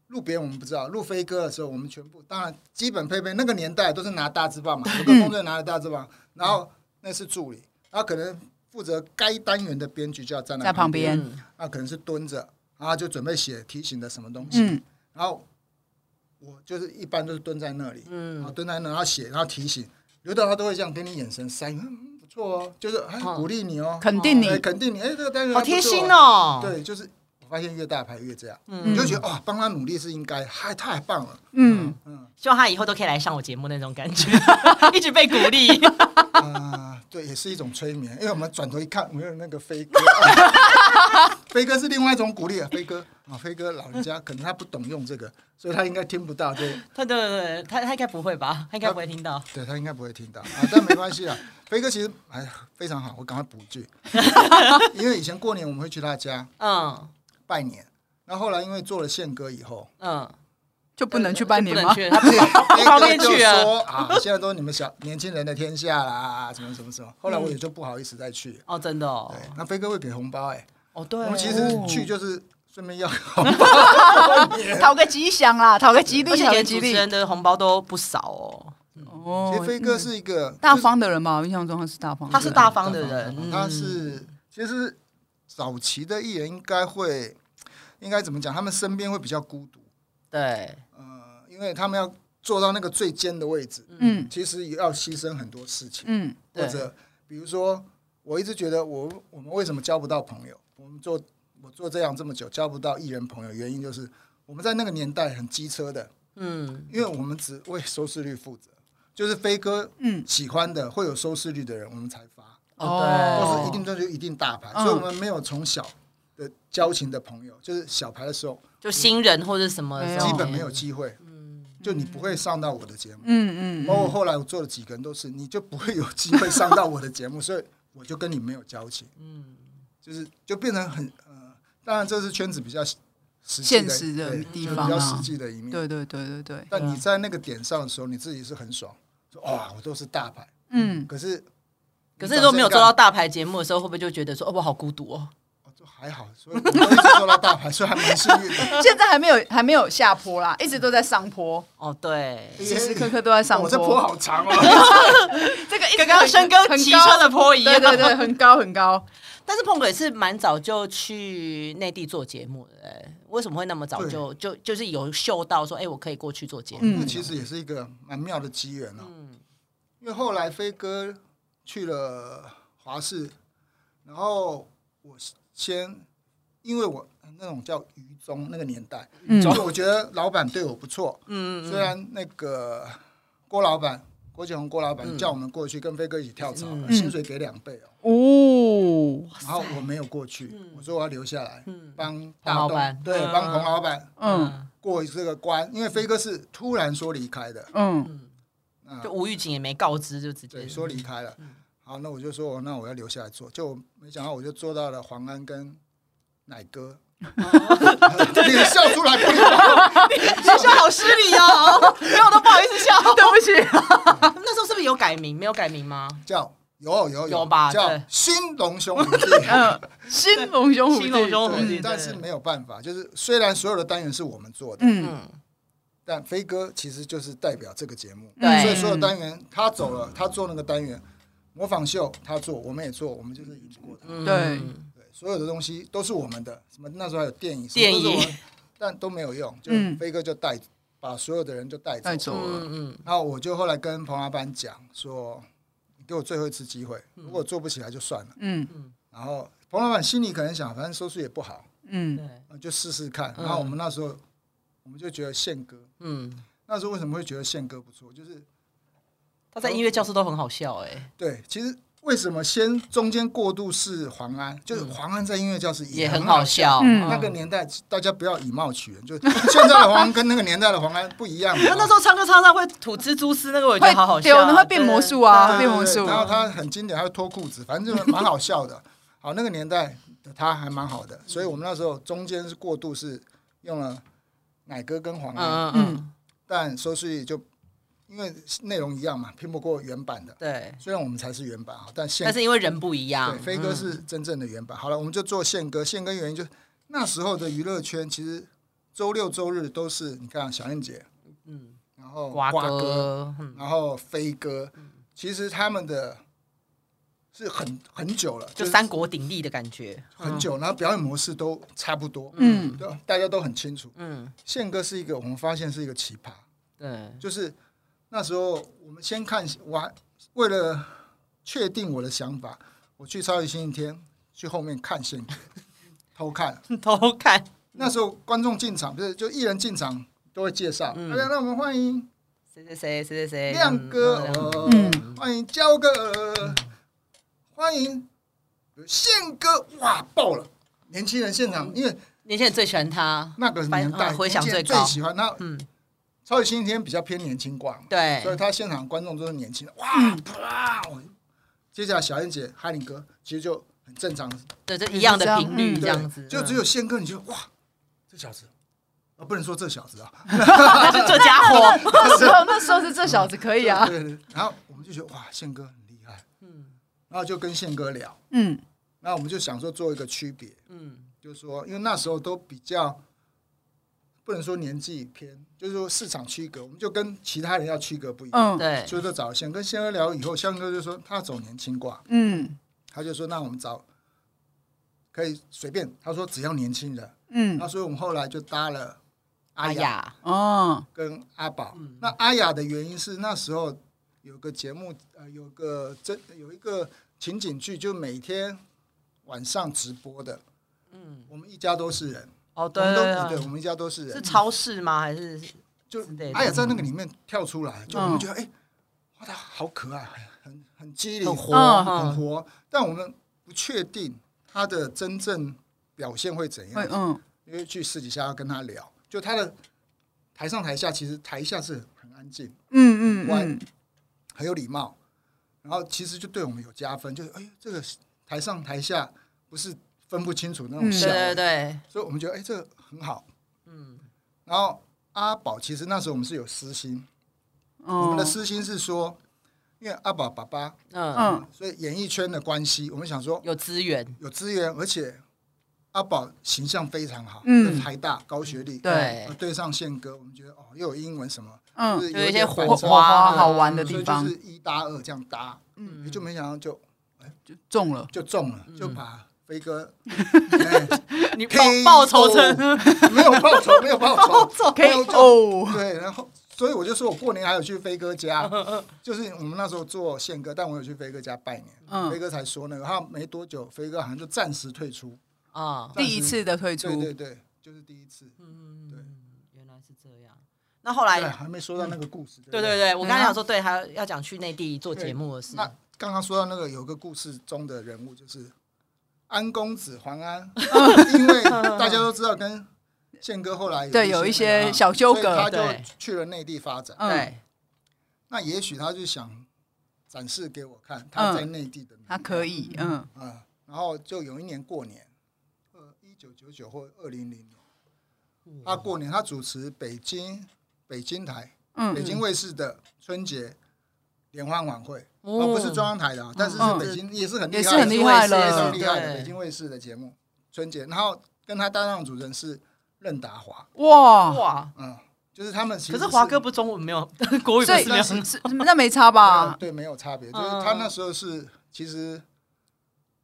[SPEAKER 3] 录别人我们不知道，录飞哥的时候，我们全部当然基本配备，那个年代都是拿大字报嘛，
[SPEAKER 2] 嗯
[SPEAKER 3] 有个工作人员拿着大字报，然后那是助理，然后可能负责该单元的编剧就要站
[SPEAKER 2] 在旁
[SPEAKER 3] 边，
[SPEAKER 2] 边，
[SPEAKER 1] 嗯
[SPEAKER 3] 那可能是蹲着，然后就准备写提醒的什么东西，
[SPEAKER 2] 嗯，
[SPEAKER 3] 然后我就是一般都是蹲在那里，嗯，然后蹲在那，然后写，然后提醒，刘导他都会这样给你眼神塞，嗯，不错哦，就是哎鼓励你哦，
[SPEAKER 2] 肯定你
[SPEAKER 3] 哎肯定你，哎，这个单元
[SPEAKER 1] 好
[SPEAKER 3] 还不错
[SPEAKER 1] 贴心哦。，
[SPEAKER 3] 对，啊就是我发现越大牌越这样，你就觉得哇，哦帮他努力是应该，还太棒了。
[SPEAKER 2] 嗯，
[SPEAKER 1] 希望他以后都可以来上我节目那种感觉， 一直被鼓励。
[SPEAKER 3] 啊，对，也是一种催眠，因为我们转头一看，没有那个飞哥， 啊飞哥是另外一种鼓励啊，飞哥啊，飞哥老人家可能他不懂用这个，所以他应该听不到这个，
[SPEAKER 1] 他对对对，他他应该不会吧？他应该不会听到。
[SPEAKER 3] 对他应该不会听到啊，但没关系啊，飞哥其实哎非常好，我赶快补一句， 因为以前过年我们会去他家
[SPEAKER 1] 嗯
[SPEAKER 3] 拜年，然后后来因为做了宪哥 以后。
[SPEAKER 1] 嗯，
[SPEAKER 2] 就不能去拜
[SPEAKER 1] 不
[SPEAKER 2] 年
[SPEAKER 1] 能
[SPEAKER 2] 吗？
[SPEAKER 1] 去，
[SPEAKER 3] 不 是
[SPEAKER 1] 方便
[SPEAKER 3] 就
[SPEAKER 1] 去啊
[SPEAKER 3] 说啊，现在都是你们小年轻人的天下啦，什么什么什么。后来我也就不好意思再去。
[SPEAKER 1] 哦，真的嗯哦
[SPEAKER 3] 对，，那飞哥会给红包哎、
[SPEAKER 1] 哦对，
[SPEAKER 3] 我们其实去就是顺便要
[SPEAKER 2] 讨个吉祥啦，讨个吉
[SPEAKER 1] 而
[SPEAKER 2] 利，
[SPEAKER 1] 且
[SPEAKER 2] 讨个
[SPEAKER 1] 给
[SPEAKER 2] 吉
[SPEAKER 1] 主持
[SPEAKER 2] 利。
[SPEAKER 1] 人的红包都不少哦。
[SPEAKER 2] 哦
[SPEAKER 3] 其实飞哥是一个
[SPEAKER 2] 大方的人吧？我印象中他是大方的人，
[SPEAKER 1] 他是大方的人
[SPEAKER 3] 就是
[SPEAKER 1] 嗯
[SPEAKER 3] 他是其实早期的艺人应该会应该怎么讲？他们身边会比较孤独，
[SPEAKER 1] 对，
[SPEAKER 3] 呃，因为他们要坐到那个最尖的位置，
[SPEAKER 2] 嗯
[SPEAKER 3] 其实也要牺牲很多事情，
[SPEAKER 2] 嗯
[SPEAKER 1] 对
[SPEAKER 3] 或者比如说，我一直觉得我我们为什么交不到朋友？我们做我做这样这么久交不到艺人朋友，原因就是我们在那个年代很机车的，
[SPEAKER 1] 嗯，
[SPEAKER 3] 因为我们只为收视率负责，就是飞哥
[SPEAKER 2] 嗯，
[SPEAKER 3] 喜欢的会有收视率的人，我们才发，
[SPEAKER 1] 哦
[SPEAKER 3] 都
[SPEAKER 1] 对
[SPEAKER 3] 是一定这就一定大牌，
[SPEAKER 2] 嗯
[SPEAKER 3] 所以我们没有从小的交情的朋友，就是小牌的时候
[SPEAKER 1] 就新人或者什么的
[SPEAKER 2] 哦
[SPEAKER 1] 时候，
[SPEAKER 3] 基本没有机会，
[SPEAKER 2] 嗯
[SPEAKER 3] 就你不会上到我的节目，
[SPEAKER 2] 嗯嗯
[SPEAKER 3] 包括后来我做了几个人都是，你就不会有机会上到我的节目，所以我就跟你没有 交情，
[SPEAKER 2] 嗯
[SPEAKER 3] 就是就变成很呃，当然这是圈子比较实际
[SPEAKER 2] 现实的
[SPEAKER 3] 对
[SPEAKER 2] 地
[SPEAKER 3] 就
[SPEAKER 2] 方
[SPEAKER 3] 比较
[SPEAKER 2] 啊
[SPEAKER 3] 实际的一面，
[SPEAKER 2] 对对对对对，
[SPEAKER 3] 但你在那个点上的时候，你自己是很爽，说哇，我都是大牌。
[SPEAKER 2] 嗯，
[SPEAKER 3] 可是，
[SPEAKER 1] 可是如果没有做到大牌节目的时候，会不会就觉得说，哦，我好孤独哦？
[SPEAKER 3] 哦，就还好，所以我都一直做到大牌，所以还蛮幸运的。
[SPEAKER 2] 嗯现在还没有还没有下坡啦，一直都在上坡，
[SPEAKER 1] 哦，对，
[SPEAKER 2] 时时刻刻都在上坡
[SPEAKER 3] 我这坡好长 哦。
[SPEAKER 2] 这个一直
[SPEAKER 1] 跟刚刚生哥
[SPEAKER 2] 很
[SPEAKER 1] 骑
[SPEAKER 2] 高
[SPEAKER 1] 车的坡一样。
[SPEAKER 2] 对对对，很高很 高。
[SPEAKER 1] 但是碰哥也是蛮早就去内地做节目的、哎为什么会那么早
[SPEAKER 3] 对
[SPEAKER 1] 就就就是有嗅到说，哎、我可以过去做节目？
[SPEAKER 2] 嗯
[SPEAKER 3] 哦那其实也是一个蛮妙的机缘哦，
[SPEAKER 1] 嗯
[SPEAKER 3] 因为后来飞哥去了华视，然后我先因为我那种叫愚忠那个年代，
[SPEAKER 2] 嗯
[SPEAKER 3] 所以我觉得老板对我不错，
[SPEAKER 1] 嗯
[SPEAKER 3] 虽然那个郭老板郭建宏郭老板叫我们过去跟飞哥一起跳槽，
[SPEAKER 1] 嗯
[SPEAKER 3] 薪水给两倍哦。
[SPEAKER 2] 哦，
[SPEAKER 3] 然后我没有过去，我说我要留下来，帮
[SPEAKER 1] 彭
[SPEAKER 3] 大
[SPEAKER 1] 老
[SPEAKER 3] 董
[SPEAKER 1] 板
[SPEAKER 3] 对，
[SPEAKER 1] 嗯
[SPEAKER 3] 帮彭老板
[SPEAKER 2] 嗯
[SPEAKER 3] 过这个关，因为飞哥是突然说离开的，
[SPEAKER 2] 嗯
[SPEAKER 3] 嗯
[SPEAKER 1] 就无预警也没告知，就直接
[SPEAKER 3] 对，说离开了。
[SPEAKER 1] 嗯
[SPEAKER 3] 好，那我就说，那我要留下来做，就没想到我就做到了黄安跟奶哥，
[SPEAKER 1] 哦
[SPEAKER 3] 脸笑出来不了，
[SPEAKER 1] 学校好失礼哦， 没有我都不好意思笑。
[SPEAKER 2] 对不起，
[SPEAKER 1] 那时候是不是有改名？没有改名吗？
[SPEAKER 3] 叫有有
[SPEAKER 1] 有吧
[SPEAKER 3] 叫
[SPEAKER 1] 对
[SPEAKER 3] 新龙兄 虎弟。
[SPEAKER 2] 嗯，新龙兄虎弟，
[SPEAKER 1] 新龙兄虎弟
[SPEAKER 2] 嗯
[SPEAKER 1] 对
[SPEAKER 3] 对，但是没有办法，就是虽然所有的单元是我们做的，
[SPEAKER 2] 嗯
[SPEAKER 1] 嗯，
[SPEAKER 3] 但飞哥其实就是代表这个节目，
[SPEAKER 1] 对
[SPEAKER 3] 所以所有单元他走了，他做那个单元，模仿秀他做，我们也做，我们就是赢过他。
[SPEAKER 1] 嗯
[SPEAKER 2] 对
[SPEAKER 3] 对，所有的东西都是我们的，什么那时候还有电影，
[SPEAKER 1] 电影
[SPEAKER 3] 什么都是我们，但都没有用，就
[SPEAKER 2] 嗯
[SPEAKER 3] 飞哥就带、把所有的人就带走。
[SPEAKER 2] 带走了，
[SPEAKER 1] 嗯
[SPEAKER 3] 然后我就后来跟彭老板讲说，你给我最后一次机会，如果做不起来就算了。
[SPEAKER 2] 嗯
[SPEAKER 3] 然后彭老板心里可能想，反正收视也不好，
[SPEAKER 1] 嗯，
[SPEAKER 2] 嗯
[SPEAKER 1] 对，
[SPEAKER 3] 呃就试试看。
[SPEAKER 1] 嗯
[SPEAKER 3] 然后我们那时候我们就觉得宪哥，
[SPEAKER 1] 嗯，
[SPEAKER 3] 那时候为什么会觉得宪哥不错，就是。
[SPEAKER 1] 他在音乐教室都很好笑哎、
[SPEAKER 3] 对，其实为什么先中间过渡是黄安，就是黄安在音乐教室
[SPEAKER 1] 也
[SPEAKER 3] 很
[SPEAKER 1] 很好笑。
[SPEAKER 3] 笑。
[SPEAKER 2] 嗯
[SPEAKER 3] 那个年代，大家不要以貌取人，就是现在的黄安跟那个年代的黄安不一样嘛。
[SPEAKER 1] 他那时候唱歌唱唱会吐蜘蛛丝，那个我觉得好好笑，
[SPEAKER 2] 会对会变魔术啊
[SPEAKER 1] 对
[SPEAKER 2] 变魔术
[SPEAKER 3] 然后他很经典，他会脱裤子，反正就是蛮好笑的。好，那个年代的他还蛮好的，所以我们那时候中间是过渡是用了奶哥跟黄
[SPEAKER 1] 嗯嗯
[SPEAKER 3] 安，
[SPEAKER 1] 嗯，
[SPEAKER 3] 但收视率就因为内容一样嘛，拼不过原版的。
[SPEAKER 1] 对。
[SPEAKER 3] 虽然我们才是原版啊，但现
[SPEAKER 1] 但是因为人不一样嗯
[SPEAKER 3] 对，，飞哥是真正的原版。好了，我们就做宪哥。宪哥原因就是那时候的娱乐圈，其实周六周日都是你看小燕姐，
[SPEAKER 1] 嗯，
[SPEAKER 3] 然后
[SPEAKER 1] 瓜
[SPEAKER 3] 瓜哥，
[SPEAKER 1] 哥，嗯
[SPEAKER 3] 然后飞哥，其实他们的是很很久了，
[SPEAKER 1] 就是三国鼎立的感觉。
[SPEAKER 3] 很久，然后表演模式都差不多，
[SPEAKER 2] 嗯
[SPEAKER 3] 对吧，大家都很清楚。
[SPEAKER 1] 嗯，
[SPEAKER 3] 宪哥是一个我们发现是一个奇葩，
[SPEAKER 1] 对，
[SPEAKER 3] 就是那时候我们先看，我还为了确定我的想法，我去超级星期天去后面看宪哥，偷看。
[SPEAKER 1] 偷看，
[SPEAKER 3] 那时候观众进场，不是就艺人进场都会介绍，
[SPEAKER 1] 嗯
[SPEAKER 3] 大家让我们欢迎
[SPEAKER 1] 谁谁谁谁谁谁，
[SPEAKER 3] 亮哥，呃
[SPEAKER 2] 嗯
[SPEAKER 3] 欢迎焦哥，呃欢迎宪哥，哇爆了！年轻人现场，因为
[SPEAKER 1] 年轻人最喜欢他，
[SPEAKER 3] 那个年代
[SPEAKER 1] 嗯回响
[SPEAKER 3] 年轻人
[SPEAKER 1] 最高
[SPEAKER 3] 最喜欢他。
[SPEAKER 1] 嗯，
[SPEAKER 3] 超级星期天比较偏年轻挂嘛，
[SPEAKER 1] 对嗯
[SPEAKER 3] 所，以他现场观众都是年轻人，哇啪！接下来小燕姐、海林哥其实就很正常，
[SPEAKER 1] 对，这一样的频率
[SPEAKER 2] 嗯
[SPEAKER 1] 嗯这样子，
[SPEAKER 3] 对就只有宪哥，你就哇，这小子，啊不能说这小子啊，
[SPEAKER 1] 他 是这 家伙，
[SPEAKER 2] 那时候那时候是这小子可以啊，
[SPEAKER 3] 对对对。然后我们就觉得哇，宪哥很厉害，
[SPEAKER 1] 嗯
[SPEAKER 3] 然后就跟宪哥聊，
[SPEAKER 2] 嗯
[SPEAKER 3] 那我们就想说做一个区别，
[SPEAKER 1] 嗯
[SPEAKER 3] 就是说，因为那时候都比较不能说年纪偏，就是说市场区隔，我们就跟其他人要区隔不一样，
[SPEAKER 2] 嗯
[SPEAKER 1] 对，
[SPEAKER 3] 所以就找了宪哥。宪哥聊以后，宪哥就说他走年轻挂，
[SPEAKER 2] 嗯
[SPEAKER 3] 他就说那我们找可以随便，他说只要年轻人，
[SPEAKER 2] 嗯
[SPEAKER 3] 那所以我们后来就搭了
[SPEAKER 1] 阿
[SPEAKER 3] 阿雅
[SPEAKER 1] 雅，
[SPEAKER 2] 哦，
[SPEAKER 3] 跟阿宝。
[SPEAKER 1] 嗯
[SPEAKER 3] 那阿雅的原因是那时候有个节目，呃，有个真有一个情景剧，就每天晚上直播的。
[SPEAKER 1] 嗯，
[SPEAKER 3] 我们一家都是人，
[SPEAKER 1] 哦
[SPEAKER 3] 我
[SPEAKER 1] 对
[SPEAKER 3] 们都
[SPEAKER 1] 对
[SPEAKER 3] 我们一家都是
[SPEAKER 1] 对，是
[SPEAKER 3] 人。
[SPEAKER 1] 超市吗？还是
[SPEAKER 3] 就
[SPEAKER 1] 之类的
[SPEAKER 3] 阿雅在那个里面跳出来，就
[SPEAKER 2] 嗯
[SPEAKER 3] 我们觉得哎，哇，她好可爱，很很机灵，
[SPEAKER 1] 很
[SPEAKER 3] 很
[SPEAKER 1] 活？
[SPEAKER 2] 嗯
[SPEAKER 1] 哈
[SPEAKER 3] 活。但我们不确定她的真正表现会怎
[SPEAKER 2] 会
[SPEAKER 3] 样，
[SPEAKER 2] 嗯
[SPEAKER 3] 因为去私底下要跟她聊，就她的台上台下，其实台下是很安静。
[SPEAKER 2] 嗯嗯嗯
[SPEAKER 3] 很有礼貌，然后其实就对我们有加分，就是哎，这个台上台下不是分不清楚那种
[SPEAKER 2] 嗯
[SPEAKER 1] 对
[SPEAKER 3] 笑，
[SPEAKER 1] 对对，
[SPEAKER 3] 所以我们觉得哎，这个很好。
[SPEAKER 1] 嗯
[SPEAKER 3] 然后阿宝其实那时候我们是有私心，我们的
[SPEAKER 2] 哦
[SPEAKER 3] 私心是说，因为阿宝爸爸，
[SPEAKER 1] 嗯，
[SPEAKER 2] 嗯
[SPEAKER 3] 所以演艺圈的关系，我们想说
[SPEAKER 1] 有资源，
[SPEAKER 3] 有资源，而且阿宝形象非常好，
[SPEAKER 2] 嗯
[SPEAKER 3] 台大高学历，
[SPEAKER 2] 对
[SPEAKER 1] 对
[SPEAKER 3] 呃，对上宪哥，我们觉得哦，又有英文什么，
[SPEAKER 2] 嗯，
[SPEAKER 3] 是
[SPEAKER 1] 有一些
[SPEAKER 3] 点
[SPEAKER 1] 火
[SPEAKER 3] 反
[SPEAKER 2] 火
[SPEAKER 3] 差
[SPEAKER 2] 花
[SPEAKER 1] 嗯
[SPEAKER 2] 好玩的
[SPEAKER 3] 所
[SPEAKER 2] 地
[SPEAKER 3] 以就
[SPEAKER 2] 方
[SPEAKER 3] 是一搭二这样搭，
[SPEAKER 1] 嗯
[SPEAKER 3] 也就没想到就
[SPEAKER 2] 就中了，
[SPEAKER 3] 就中了，
[SPEAKER 1] 嗯
[SPEAKER 3] 就把飞哥哎
[SPEAKER 1] 你报
[SPEAKER 3] K.O.
[SPEAKER 1] 报仇成
[SPEAKER 3] 没有报仇， 没有报
[SPEAKER 1] 报
[SPEAKER 3] 仇，
[SPEAKER 1] 仇
[SPEAKER 2] 可以
[SPEAKER 3] 没有就
[SPEAKER 2] 哦，
[SPEAKER 3] 对，然后所以我就说我过年还有去飞哥 家，
[SPEAKER 2] 嗯
[SPEAKER 3] 就是我们那时候做宪哥，但我有去飞哥家拜年，飞
[SPEAKER 2] 嗯，
[SPEAKER 3] 哥才说那个，他没多久，飞哥好像就暂时退出，
[SPEAKER 1] 啊，
[SPEAKER 2] 第一次的退
[SPEAKER 3] 对对
[SPEAKER 2] 出，
[SPEAKER 3] 对，就是第一次，
[SPEAKER 1] 嗯，原来是这样。那后来
[SPEAKER 3] 对，，还没说到那个故事，
[SPEAKER 1] 对
[SPEAKER 3] 不
[SPEAKER 1] 对对，我
[SPEAKER 2] 嗯
[SPEAKER 1] 刚才想说，对，还要讲去内地做节目的事，
[SPEAKER 3] 那刚刚说到那个有个故事中的人物就是安公子 黄安，因为大家都知道跟宪哥后来
[SPEAKER 2] 对有一些小纠
[SPEAKER 3] 所以
[SPEAKER 2] 葛
[SPEAKER 3] 他就
[SPEAKER 1] 对
[SPEAKER 3] 去了内地发展。
[SPEAKER 2] 嗯
[SPEAKER 1] 对，
[SPEAKER 3] 那也许他就想展示给我看他在内地的美
[SPEAKER 2] 嗯他可以，嗯
[SPEAKER 3] 啊、然后就有一年过年，呃，一九九九或二零零年，他过年他主持北京北京台北
[SPEAKER 2] 嗯
[SPEAKER 3] 京卫视的春节联欢晚会，
[SPEAKER 1] 哦
[SPEAKER 3] 哦，不是中央台的啊，但是是
[SPEAKER 2] 嗯
[SPEAKER 3] 北京、也是很厉害
[SPEAKER 2] 也
[SPEAKER 3] 的，
[SPEAKER 2] 是很厉害
[SPEAKER 3] 非常
[SPEAKER 2] 了，
[SPEAKER 3] 厉害的
[SPEAKER 1] 对
[SPEAKER 3] 北京卫视的节目春节，然后跟他搭档的主持人是任达华，
[SPEAKER 2] 哇，
[SPEAKER 1] 哇！
[SPEAKER 3] 嗯，就是他们其实
[SPEAKER 1] 可是华哥不中文没有， 国语不
[SPEAKER 2] 所以
[SPEAKER 1] 是没有很
[SPEAKER 2] 是那没差吧？
[SPEAKER 3] 对，啊没有差别，
[SPEAKER 1] 嗯
[SPEAKER 3] 就是他那时候是其实。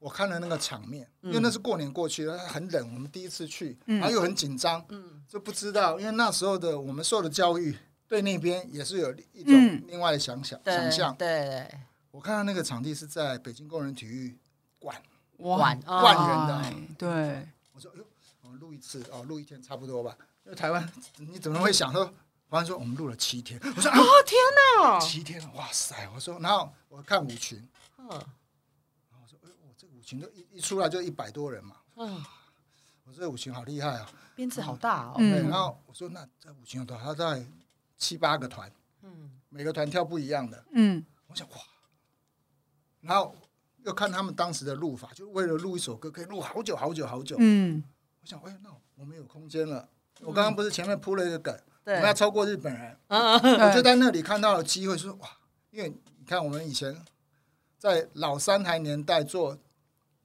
[SPEAKER 3] 我看了那个场面，因为那是过年过去，很冷，我们第一次去，
[SPEAKER 2] 嗯
[SPEAKER 3] 然后又很紧张，
[SPEAKER 1] 嗯
[SPEAKER 3] 就不知道，因为那时候的我们受的教育，对那边也是有一
[SPEAKER 2] 嗯
[SPEAKER 3] 种另外的想想
[SPEAKER 1] 对
[SPEAKER 3] 想象。
[SPEAKER 1] 对
[SPEAKER 3] 我看到那个场地是在北京工人体育馆，
[SPEAKER 2] 哇
[SPEAKER 1] 管，
[SPEAKER 3] 万
[SPEAKER 1] 啊，
[SPEAKER 3] 人的
[SPEAKER 2] 哎对，
[SPEAKER 3] 我说：“哎呦，我录一次哦，录一天差不多吧。”因为台湾你怎么会想说？黄安说我们录了七天，我说啊，
[SPEAKER 1] 哦天哪！
[SPEAKER 3] 七天了，哇塞！我说，然后我看舞群，
[SPEAKER 1] 嗯
[SPEAKER 3] 然后我说，哎呦，我这个舞群都一一出来就一百多人嘛，
[SPEAKER 1] 嗯，
[SPEAKER 3] 我说这舞群好厉害啊！
[SPEAKER 1] 编制好大哦。
[SPEAKER 2] 嗯
[SPEAKER 3] 对，然后我说那这舞群有多少？他大概七八个团，
[SPEAKER 1] 嗯
[SPEAKER 3] 每个团跳不一样的。
[SPEAKER 2] 嗯
[SPEAKER 3] 我想哇，然后又看他们当时的录法，就为了录一首歌可以录好久好久好久。
[SPEAKER 2] 嗯
[SPEAKER 3] 我想，哎，那我们有空间了。我刚刚不是前面铺了一个梗，我
[SPEAKER 1] 对
[SPEAKER 3] 们要超过日本人。
[SPEAKER 1] 嗯
[SPEAKER 3] 我就
[SPEAKER 2] 对
[SPEAKER 3] 在那里看到了机会说，哇，因为你看我们以前在老三台年代做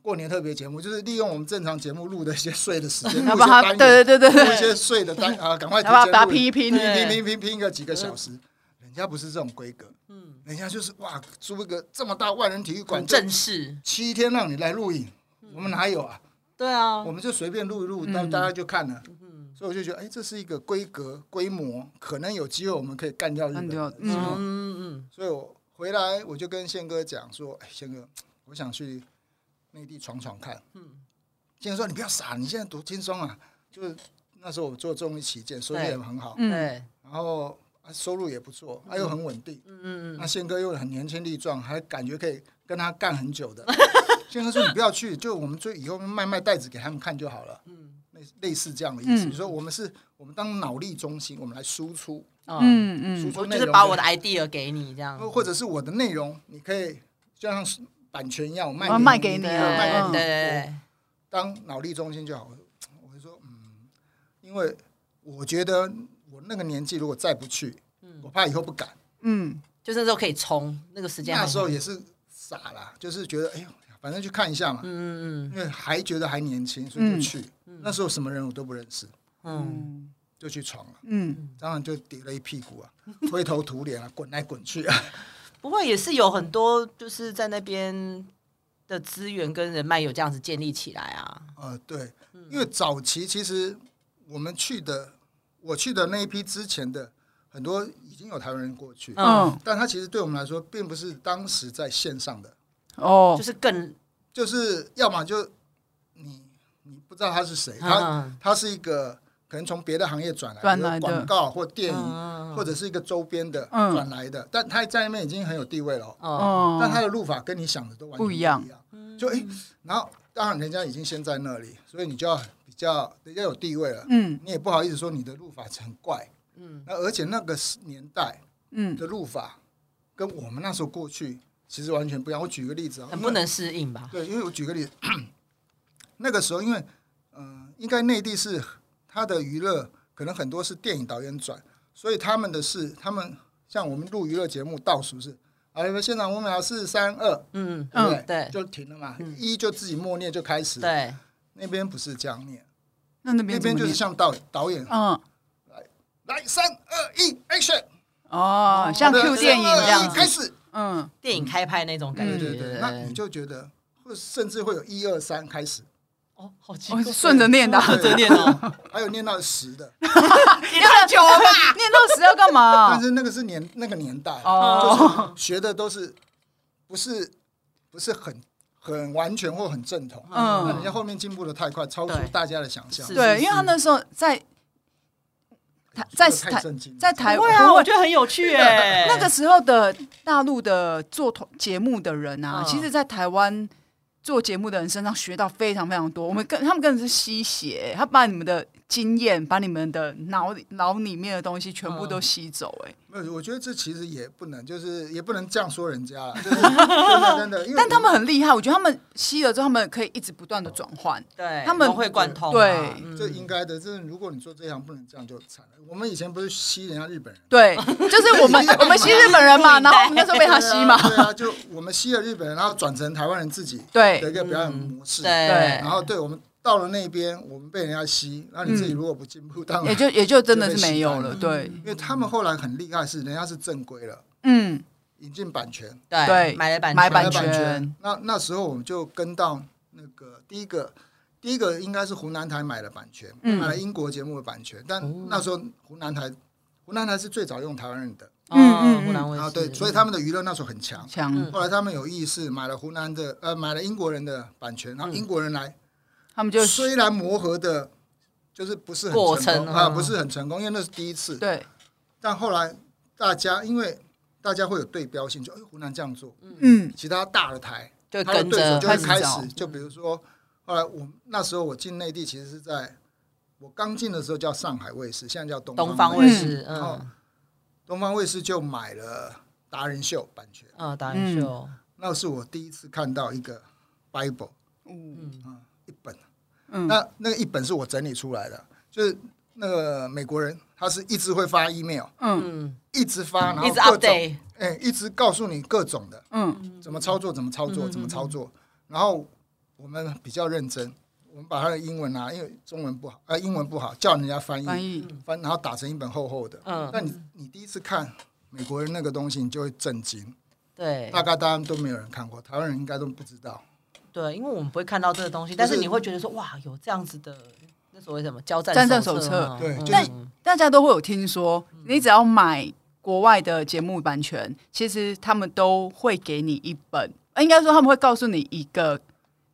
[SPEAKER 3] 过年特别节目，就是利用我们正常节目录的一些碎的时间，
[SPEAKER 2] 要
[SPEAKER 3] 录
[SPEAKER 2] 把它，
[SPEAKER 3] 一些单元，
[SPEAKER 2] 对对对对
[SPEAKER 3] 录
[SPEAKER 2] 对，
[SPEAKER 3] 一些碎的单啊，赶快
[SPEAKER 2] 要把它
[SPEAKER 3] 提前
[SPEAKER 2] 把它
[SPEAKER 3] 录
[SPEAKER 2] 拼一拼嗯
[SPEAKER 3] 拼
[SPEAKER 1] 对
[SPEAKER 3] 拼拼拼拼个几个小时，人家不是这种规格，嗯，人家就是哇，租一个这么大万人体育馆，
[SPEAKER 1] 很正式，
[SPEAKER 3] 七天让你来录影，我们哪有啊？
[SPEAKER 1] 对啊
[SPEAKER 2] 嗯
[SPEAKER 3] 我，们就随便录一录，大大家就看了。所以我就觉得，哎，这是一个规格规模，可能有机会我们可以干掉日
[SPEAKER 2] 干
[SPEAKER 3] 本。
[SPEAKER 2] 掉
[SPEAKER 1] 嗯
[SPEAKER 2] 嗯
[SPEAKER 1] 嗯嗯，
[SPEAKER 3] 所以我回来我就跟宪哥讲说，哎，宪哥，我想去内地闯闯看。嗯，宪哥说你不要傻，你现在读轻松啊，就是那时候我做综艺起见，收入也很好，
[SPEAKER 1] 嗯
[SPEAKER 2] 嗯，
[SPEAKER 1] 对，
[SPEAKER 3] 然后啊收入也不错，啊又很稳定。
[SPEAKER 1] 嗯嗯
[SPEAKER 3] 那宪哥又很年轻力壮，还感觉可以跟他干很 久的。宪哥说：“你不要去，就我们就以后卖卖袋子给他们看就好了。”嗯，类类似这样的意思。
[SPEAKER 2] 嗯
[SPEAKER 3] 你说我们是，我们当脑力中心，我们来输出，
[SPEAKER 1] 嗯嗯，
[SPEAKER 2] 嗯
[SPEAKER 3] 输
[SPEAKER 2] 嗯
[SPEAKER 3] 出
[SPEAKER 1] 我
[SPEAKER 3] 内
[SPEAKER 1] 就
[SPEAKER 3] 容哦
[SPEAKER 1] 是把我的 idea 给你这样，
[SPEAKER 3] 或者是我的内容，你可以就像是版权一
[SPEAKER 1] 哦
[SPEAKER 3] 样，我卖
[SPEAKER 2] 啊
[SPEAKER 3] 你
[SPEAKER 2] 卖给
[SPEAKER 1] 对
[SPEAKER 2] 你
[SPEAKER 3] 对
[SPEAKER 2] 啊
[SPEAKER 3] 卖给
[SPEAKER 1] 嗯对
[SPEAKER 3] 你，
[SPEAKER 1] 对，
[SPEAKER 3] 当脑力中心就好。我就说，嗯，因为我觉得我那个年纪如果再不去，我怕以后不敢。
[SPEAKER 2] 嗯
[SPEAKER 1] 就那时候可以冲，那个时间还
[SPEAKER 3] 那时候也是傻啦，就是觉得哎呦，反正去看一下嘛。
[SPEAKER 1] 嗯嗯
[SPEAKER 3] 因为还觉得还年轻，所以就去。那时候什么人我都不认识，
[SPEAKER 1] 嗯
[SPEAKER 3] 就去闯了，
[SPEAKER 2] 嗯
[SPEAKER 3] 当然就跌了一屁股啊，灰头土脸啊，滚来滚去啊。
[SPEAKER 1] 嗯，不过也是有很多就是在那边的资源跟人脉有这样子建立起来啊，
[SPEAKER 3] 呃，对，
[SPEAKER 1] 嗯
[SPEAKER 3] 因为早期其实我们去的，我去的那一批之前的很多已经有台湾人过去，
[SPEAKER 1] 嗯
[SPEAKER 2] 嗯，
[SPEAKER 3] 但他其实对我们来说，并不是当时在线上的，
[SPEAKER 2] 哦
[SPEAKER 1] 就，是更
[SPEAKER 3] 就是要么就你你不知道他是谁，他
[SPEAKER 1] 嗯
[SPEAKER 3] 他是一个可能从别的行业转来，
[SPEAKER 2] 转
[SPEAKER 3] 比如
[SPEAKER 2] 来的
[SPEAKER 3] 广告或电影
[SPEAKER 1] 嗯
[SPEAKER 3] 或者是一个周边的
[SPEAKER 2] 嗯
[SPEAKER 3] 转来的，但他在那边已经很有地位了哦，
[SPEAKER 1] 哦
[SPEAKER 2] 哦，
[SPEAKER 3] 但他的录法跟你想的都完全
[SPEAKER 2] 不
[SPEAKER 3] 不
[SPEAKER 2] 一
[SPEAKER 3] 一
[SPEAKER 2] 样
[SPEAKER 3] 样。就哎、然后当然人家已经先在那里，所以你就要比较人家有地位了，
[SPEAKER 2] 嗯
[SPEAKER 3] 你也不好意思说你的录法很怪。
[SPEAKER 1] 嗯
[SPEAKER 3] 那而且那个时年代
[SPEAKER 2] 嗯
[SPEAKER 3] 的录法跟我们那时候过去其实完全不一样。我举个例子啊，
[SPEAKER 1] 很
[SPEAKER 3] 因为
[SPEAKER 1] 不能适应吧？
[SPEAKER 3] 对，因为我举个例子， 那个时候因为嗯、呃应该内地是他的娱乐可能很多是电影导演转，所以他们的是他们像我们录娱乐节目倒数是，好，你们现场五秒四三二，
[SPEAKER 1] 嗯
[SPEAKER 3] 对不对？
[SPEAKER 1] 对
[SPEAKER 3] 就停了嘛，
[SPEAKER 2] 嗯
[SPEAKER 3] 一就自己默念就开始。，
[SPEAKER 1] 对，
[SPEAKER 3] 那边不是这样念，
[SPEAKER 2] 那那边
[SPEAKER 3] 那
[SPEAKER 2] 怎么
[SPEAKER 3] 边就是
[SPEAKER 2] 念
[SPEAKER 3] 像导导演
[SPEAKER 2] 嗯
[SPEAKER 3] 来三二一 action，
[SPEAKER 2] 哦，像
[SPEAKER 3] 好的
[SPEAKER 2] Q 电影
[SPEAKER 3] 3-2-1
[SPEAKER 2] 这样
[SPEAKER 3] 开
[SPEAKER 2] 子，
[SPEAKER 3] 始，
[SPEAKER 2] 嗯
[SPEAKER 1] 电影开拍那种感觉，
[SPEAKER 3] 对对对，那你就觉得，或甚至会有一二三开始，
[SPEAKER 1] 哦，好奇
[SPEAKER 2] 我
[SPEAKER 1] 怪，
[SPEAKER 2] 顺 着念的啊，
[SPEAKER 1] 着念哦，
[SPEAKER 3] 还有念到十的，
[SPEAKER 2] 念太久了吧？念到十要干嘛
[SPEAKER 3] 但？是那个是年那个年代，
[SPEAKER 2] 哦，
[SPEAKER 3] 学的都是不是不是很很完全或很正统，那人
[SPEAKER 2] 嗯，
[SPEAKER 3] 家后面进步的太快，超出
[SPEAKER 1] 对
[SPEAKER 3] 大家的想象，
[SPEAKER 1] 是
[SPEAKER 2] 对，因为他那时候在台在
[SPEAKER 3] 说得太
[SPEAKER 2] 台
[SPEAKER 3] 震惊了，
[SPEAKER 2] 在台
[SPEAKER 1] 会啊，我觉得很有趣哎，
[SPEAKER 2] 哎那个时候的大陆的做团节目的人啊，
[SPEAKER 1] 嗯
[SPEAKER 2] 其实，在台湾做节目的人身上学到非常非常多。我们跟他们根本是吸血，他把你们的经验，把你们的脑里脑里面的东西全部都吸走、哎、
[SPEAKER 3] 没有，我觉得这其实也不能，就是也不能这样说人家 啦，就是真的真的，因为
[SPEAKER 2] 但他们很厉害，我觉得他们吸了之后，他们可以一直不断的转换。
[SPEAKER 1] 对，
[SPEAKER 2] 他们
[SPEAKER 1] 融会贯通啊，
[SPEAKER 2] 对
[SPEAKER 1] 嗯
[SPEAKER 3] 这应该的，这如果你做这行不能这样就惨了。我们以前不是吸人家日本人，
[SPEAKER 2] 对，就是我们我们吸日本人嘛，然后我们那时候被他吸 嘛，
[SPEAKER 3] 对啊，对啊就我们吸了日本人，然后转成台湾人自己的
[SPEAKER 2] 对嗯
[SPEAKER 3] 一个表演模式，
[SPEAKER 1] 对
[SPEAKER 3] 然后对我们到了那边，我们被人家吸，然后你自己如果不进步，当
[SPEAKER 2] 嗯也
[SPEAKER 3] 然，
[SPEAKER 2] 就也就真的是没有了。
[SPEAKER 3] 就
[SPEAKER 2] 对，
[SPEAKER 3] 因为他们后来很厉害，是人家是正规了，
[SPEAKER 2] 嗯，
[SPEAKER 3] 引进版权，
[SPEAKER 1] 对
[SPEAKER 2] 对
[SPEAKER 1] 买了版
[SPEAKER 2] 买
[SPEAKER 1] 权
[SPEAKER 2] 版
[SPEAKER 3] 买了
[SPEAKER 2] 权
[SPEAKER 3] 权。那那时候我们就跟到那个第一个，第一个应该是湖南台买了版权，
[SPEAKER 2] 嗯哦
[SPEAKER 3] 买了英国节目的版权，但那时候湖南台。湖南台是最早用台湾人的
[SPEAKER 2] 嗯
[SPEAKER 1] 哦
[SPEAKER 2] 嗯
[SPEAKER 1] 湖南卫
[SPEAKER 3] 啊，
[SPEAKER 1] 视，
[SPEAKER 3] 对，所以他们的娱乐那时候很强。
[SPEAKER 2] 强、
[SPEAKER 1] 嗯
[SPEAKER 3] 后来他们有意识买了湖南的，呃，买了英国人的版权，然后英国人来
[SPEAKER 2] 他们嗯就
[SPEAKER 3] 虽然磨合的，就是不是很
[SPEAKER 1] 过
[SPEAKER 3] 成功
[SPEAKER 1] 程
[SPEAKER 3] 啊，
[SPEAKER 1] 嗯
[SPEAKER 3] 不是很成功，因为那是第一次。
[SPEAKER 2] 对，
[SPEAKER 3] 但后来大家因为大家会有对标性，就哎湖南这样做，
[SPEAKER 2] 嗯
[SPEAKER 3] 其他大的台
[SPEAKER 1] 就
[SPEAKER 3] 他的
[SPEAKER 1] 跟
[SPEAKER 3] 对手
[SPEAKER 1] 着
[SPEAKER 3] 就会
[SPEAKER 2] 开始
[SPEAKER 3] 开
[SPEAKER 2] 找
[SPEAKER 3] 始，就比如说后来我那时候我进内地，其实是在我刚进的时候叫上海卫视，现在叫东
[SPEAKER 1] 东
[SPEAKER 3] 方
[SPEAKER 1] 方卫视，
[SPEAKER 3] 然后
[SPEAKER 1] 嗯
[SPEAKER 3] 东方卫视就买了达人秀版权，
[SPEAKER 1] 嗯，达人秀，
[SPEAKER 3] 那是我第一次看到一个 Bible
[SPEAKER 1] 嗯
[SPEAKER 3] 一本。
[SPEAKER 2] 嗯
[SPEAKER 3] 那那个一本是我整理出来的，就是那个美国人，他是一直会发 email，
[SPEAKER 2] 嗯
[SPEAKER 1] 嗯，
[SPEAKER 3] 一直发，然后
[SPEAKER 1] 一直
[SPEAKER 3] 各种，哎、
[SPEAKER 1] update，
[SPEAKER 3] 一直告诉你各种的
[SPEAKER 2] 嗯
[SPEAKER 3] 怎么操作，怎么操作，怎么操作。然后我们比较认真，我们把他的英文啊，因为中文不好，呃，英文不好，叫人家翻译
[SPEAKER 2] 嗯翻译
[SPEAKER 3] 翻，然后打成一本厚厚的。
[SPEAKER 1] 嗯
[SPEAKER 3] 那你你第一次看，美国人那个东西，你就会震惊。
[SPEAKER 1] 对
[SPEAKER 3] 大概大家都没有人看过，台湾人应该都不知道。
[SPEAKER 1] 对，因为我们不会看到这个东西，但是你会觉得说哇，有这样子的那所谓什么交战
[SPEAKER 2] 战战
[SPEAKER 1] 手
[SPEAKER 2] 手
[SPEAKER 1] 册吗，
[SPEAKER 3] 对
[SPEAKER 1] 嗯
[SPEAKER 3] 就是
[SPEAKER 2] 大家都会有听说，你只要买国外的节目版权，其实他们都会给你一本，呃应该说他们会告诉你一个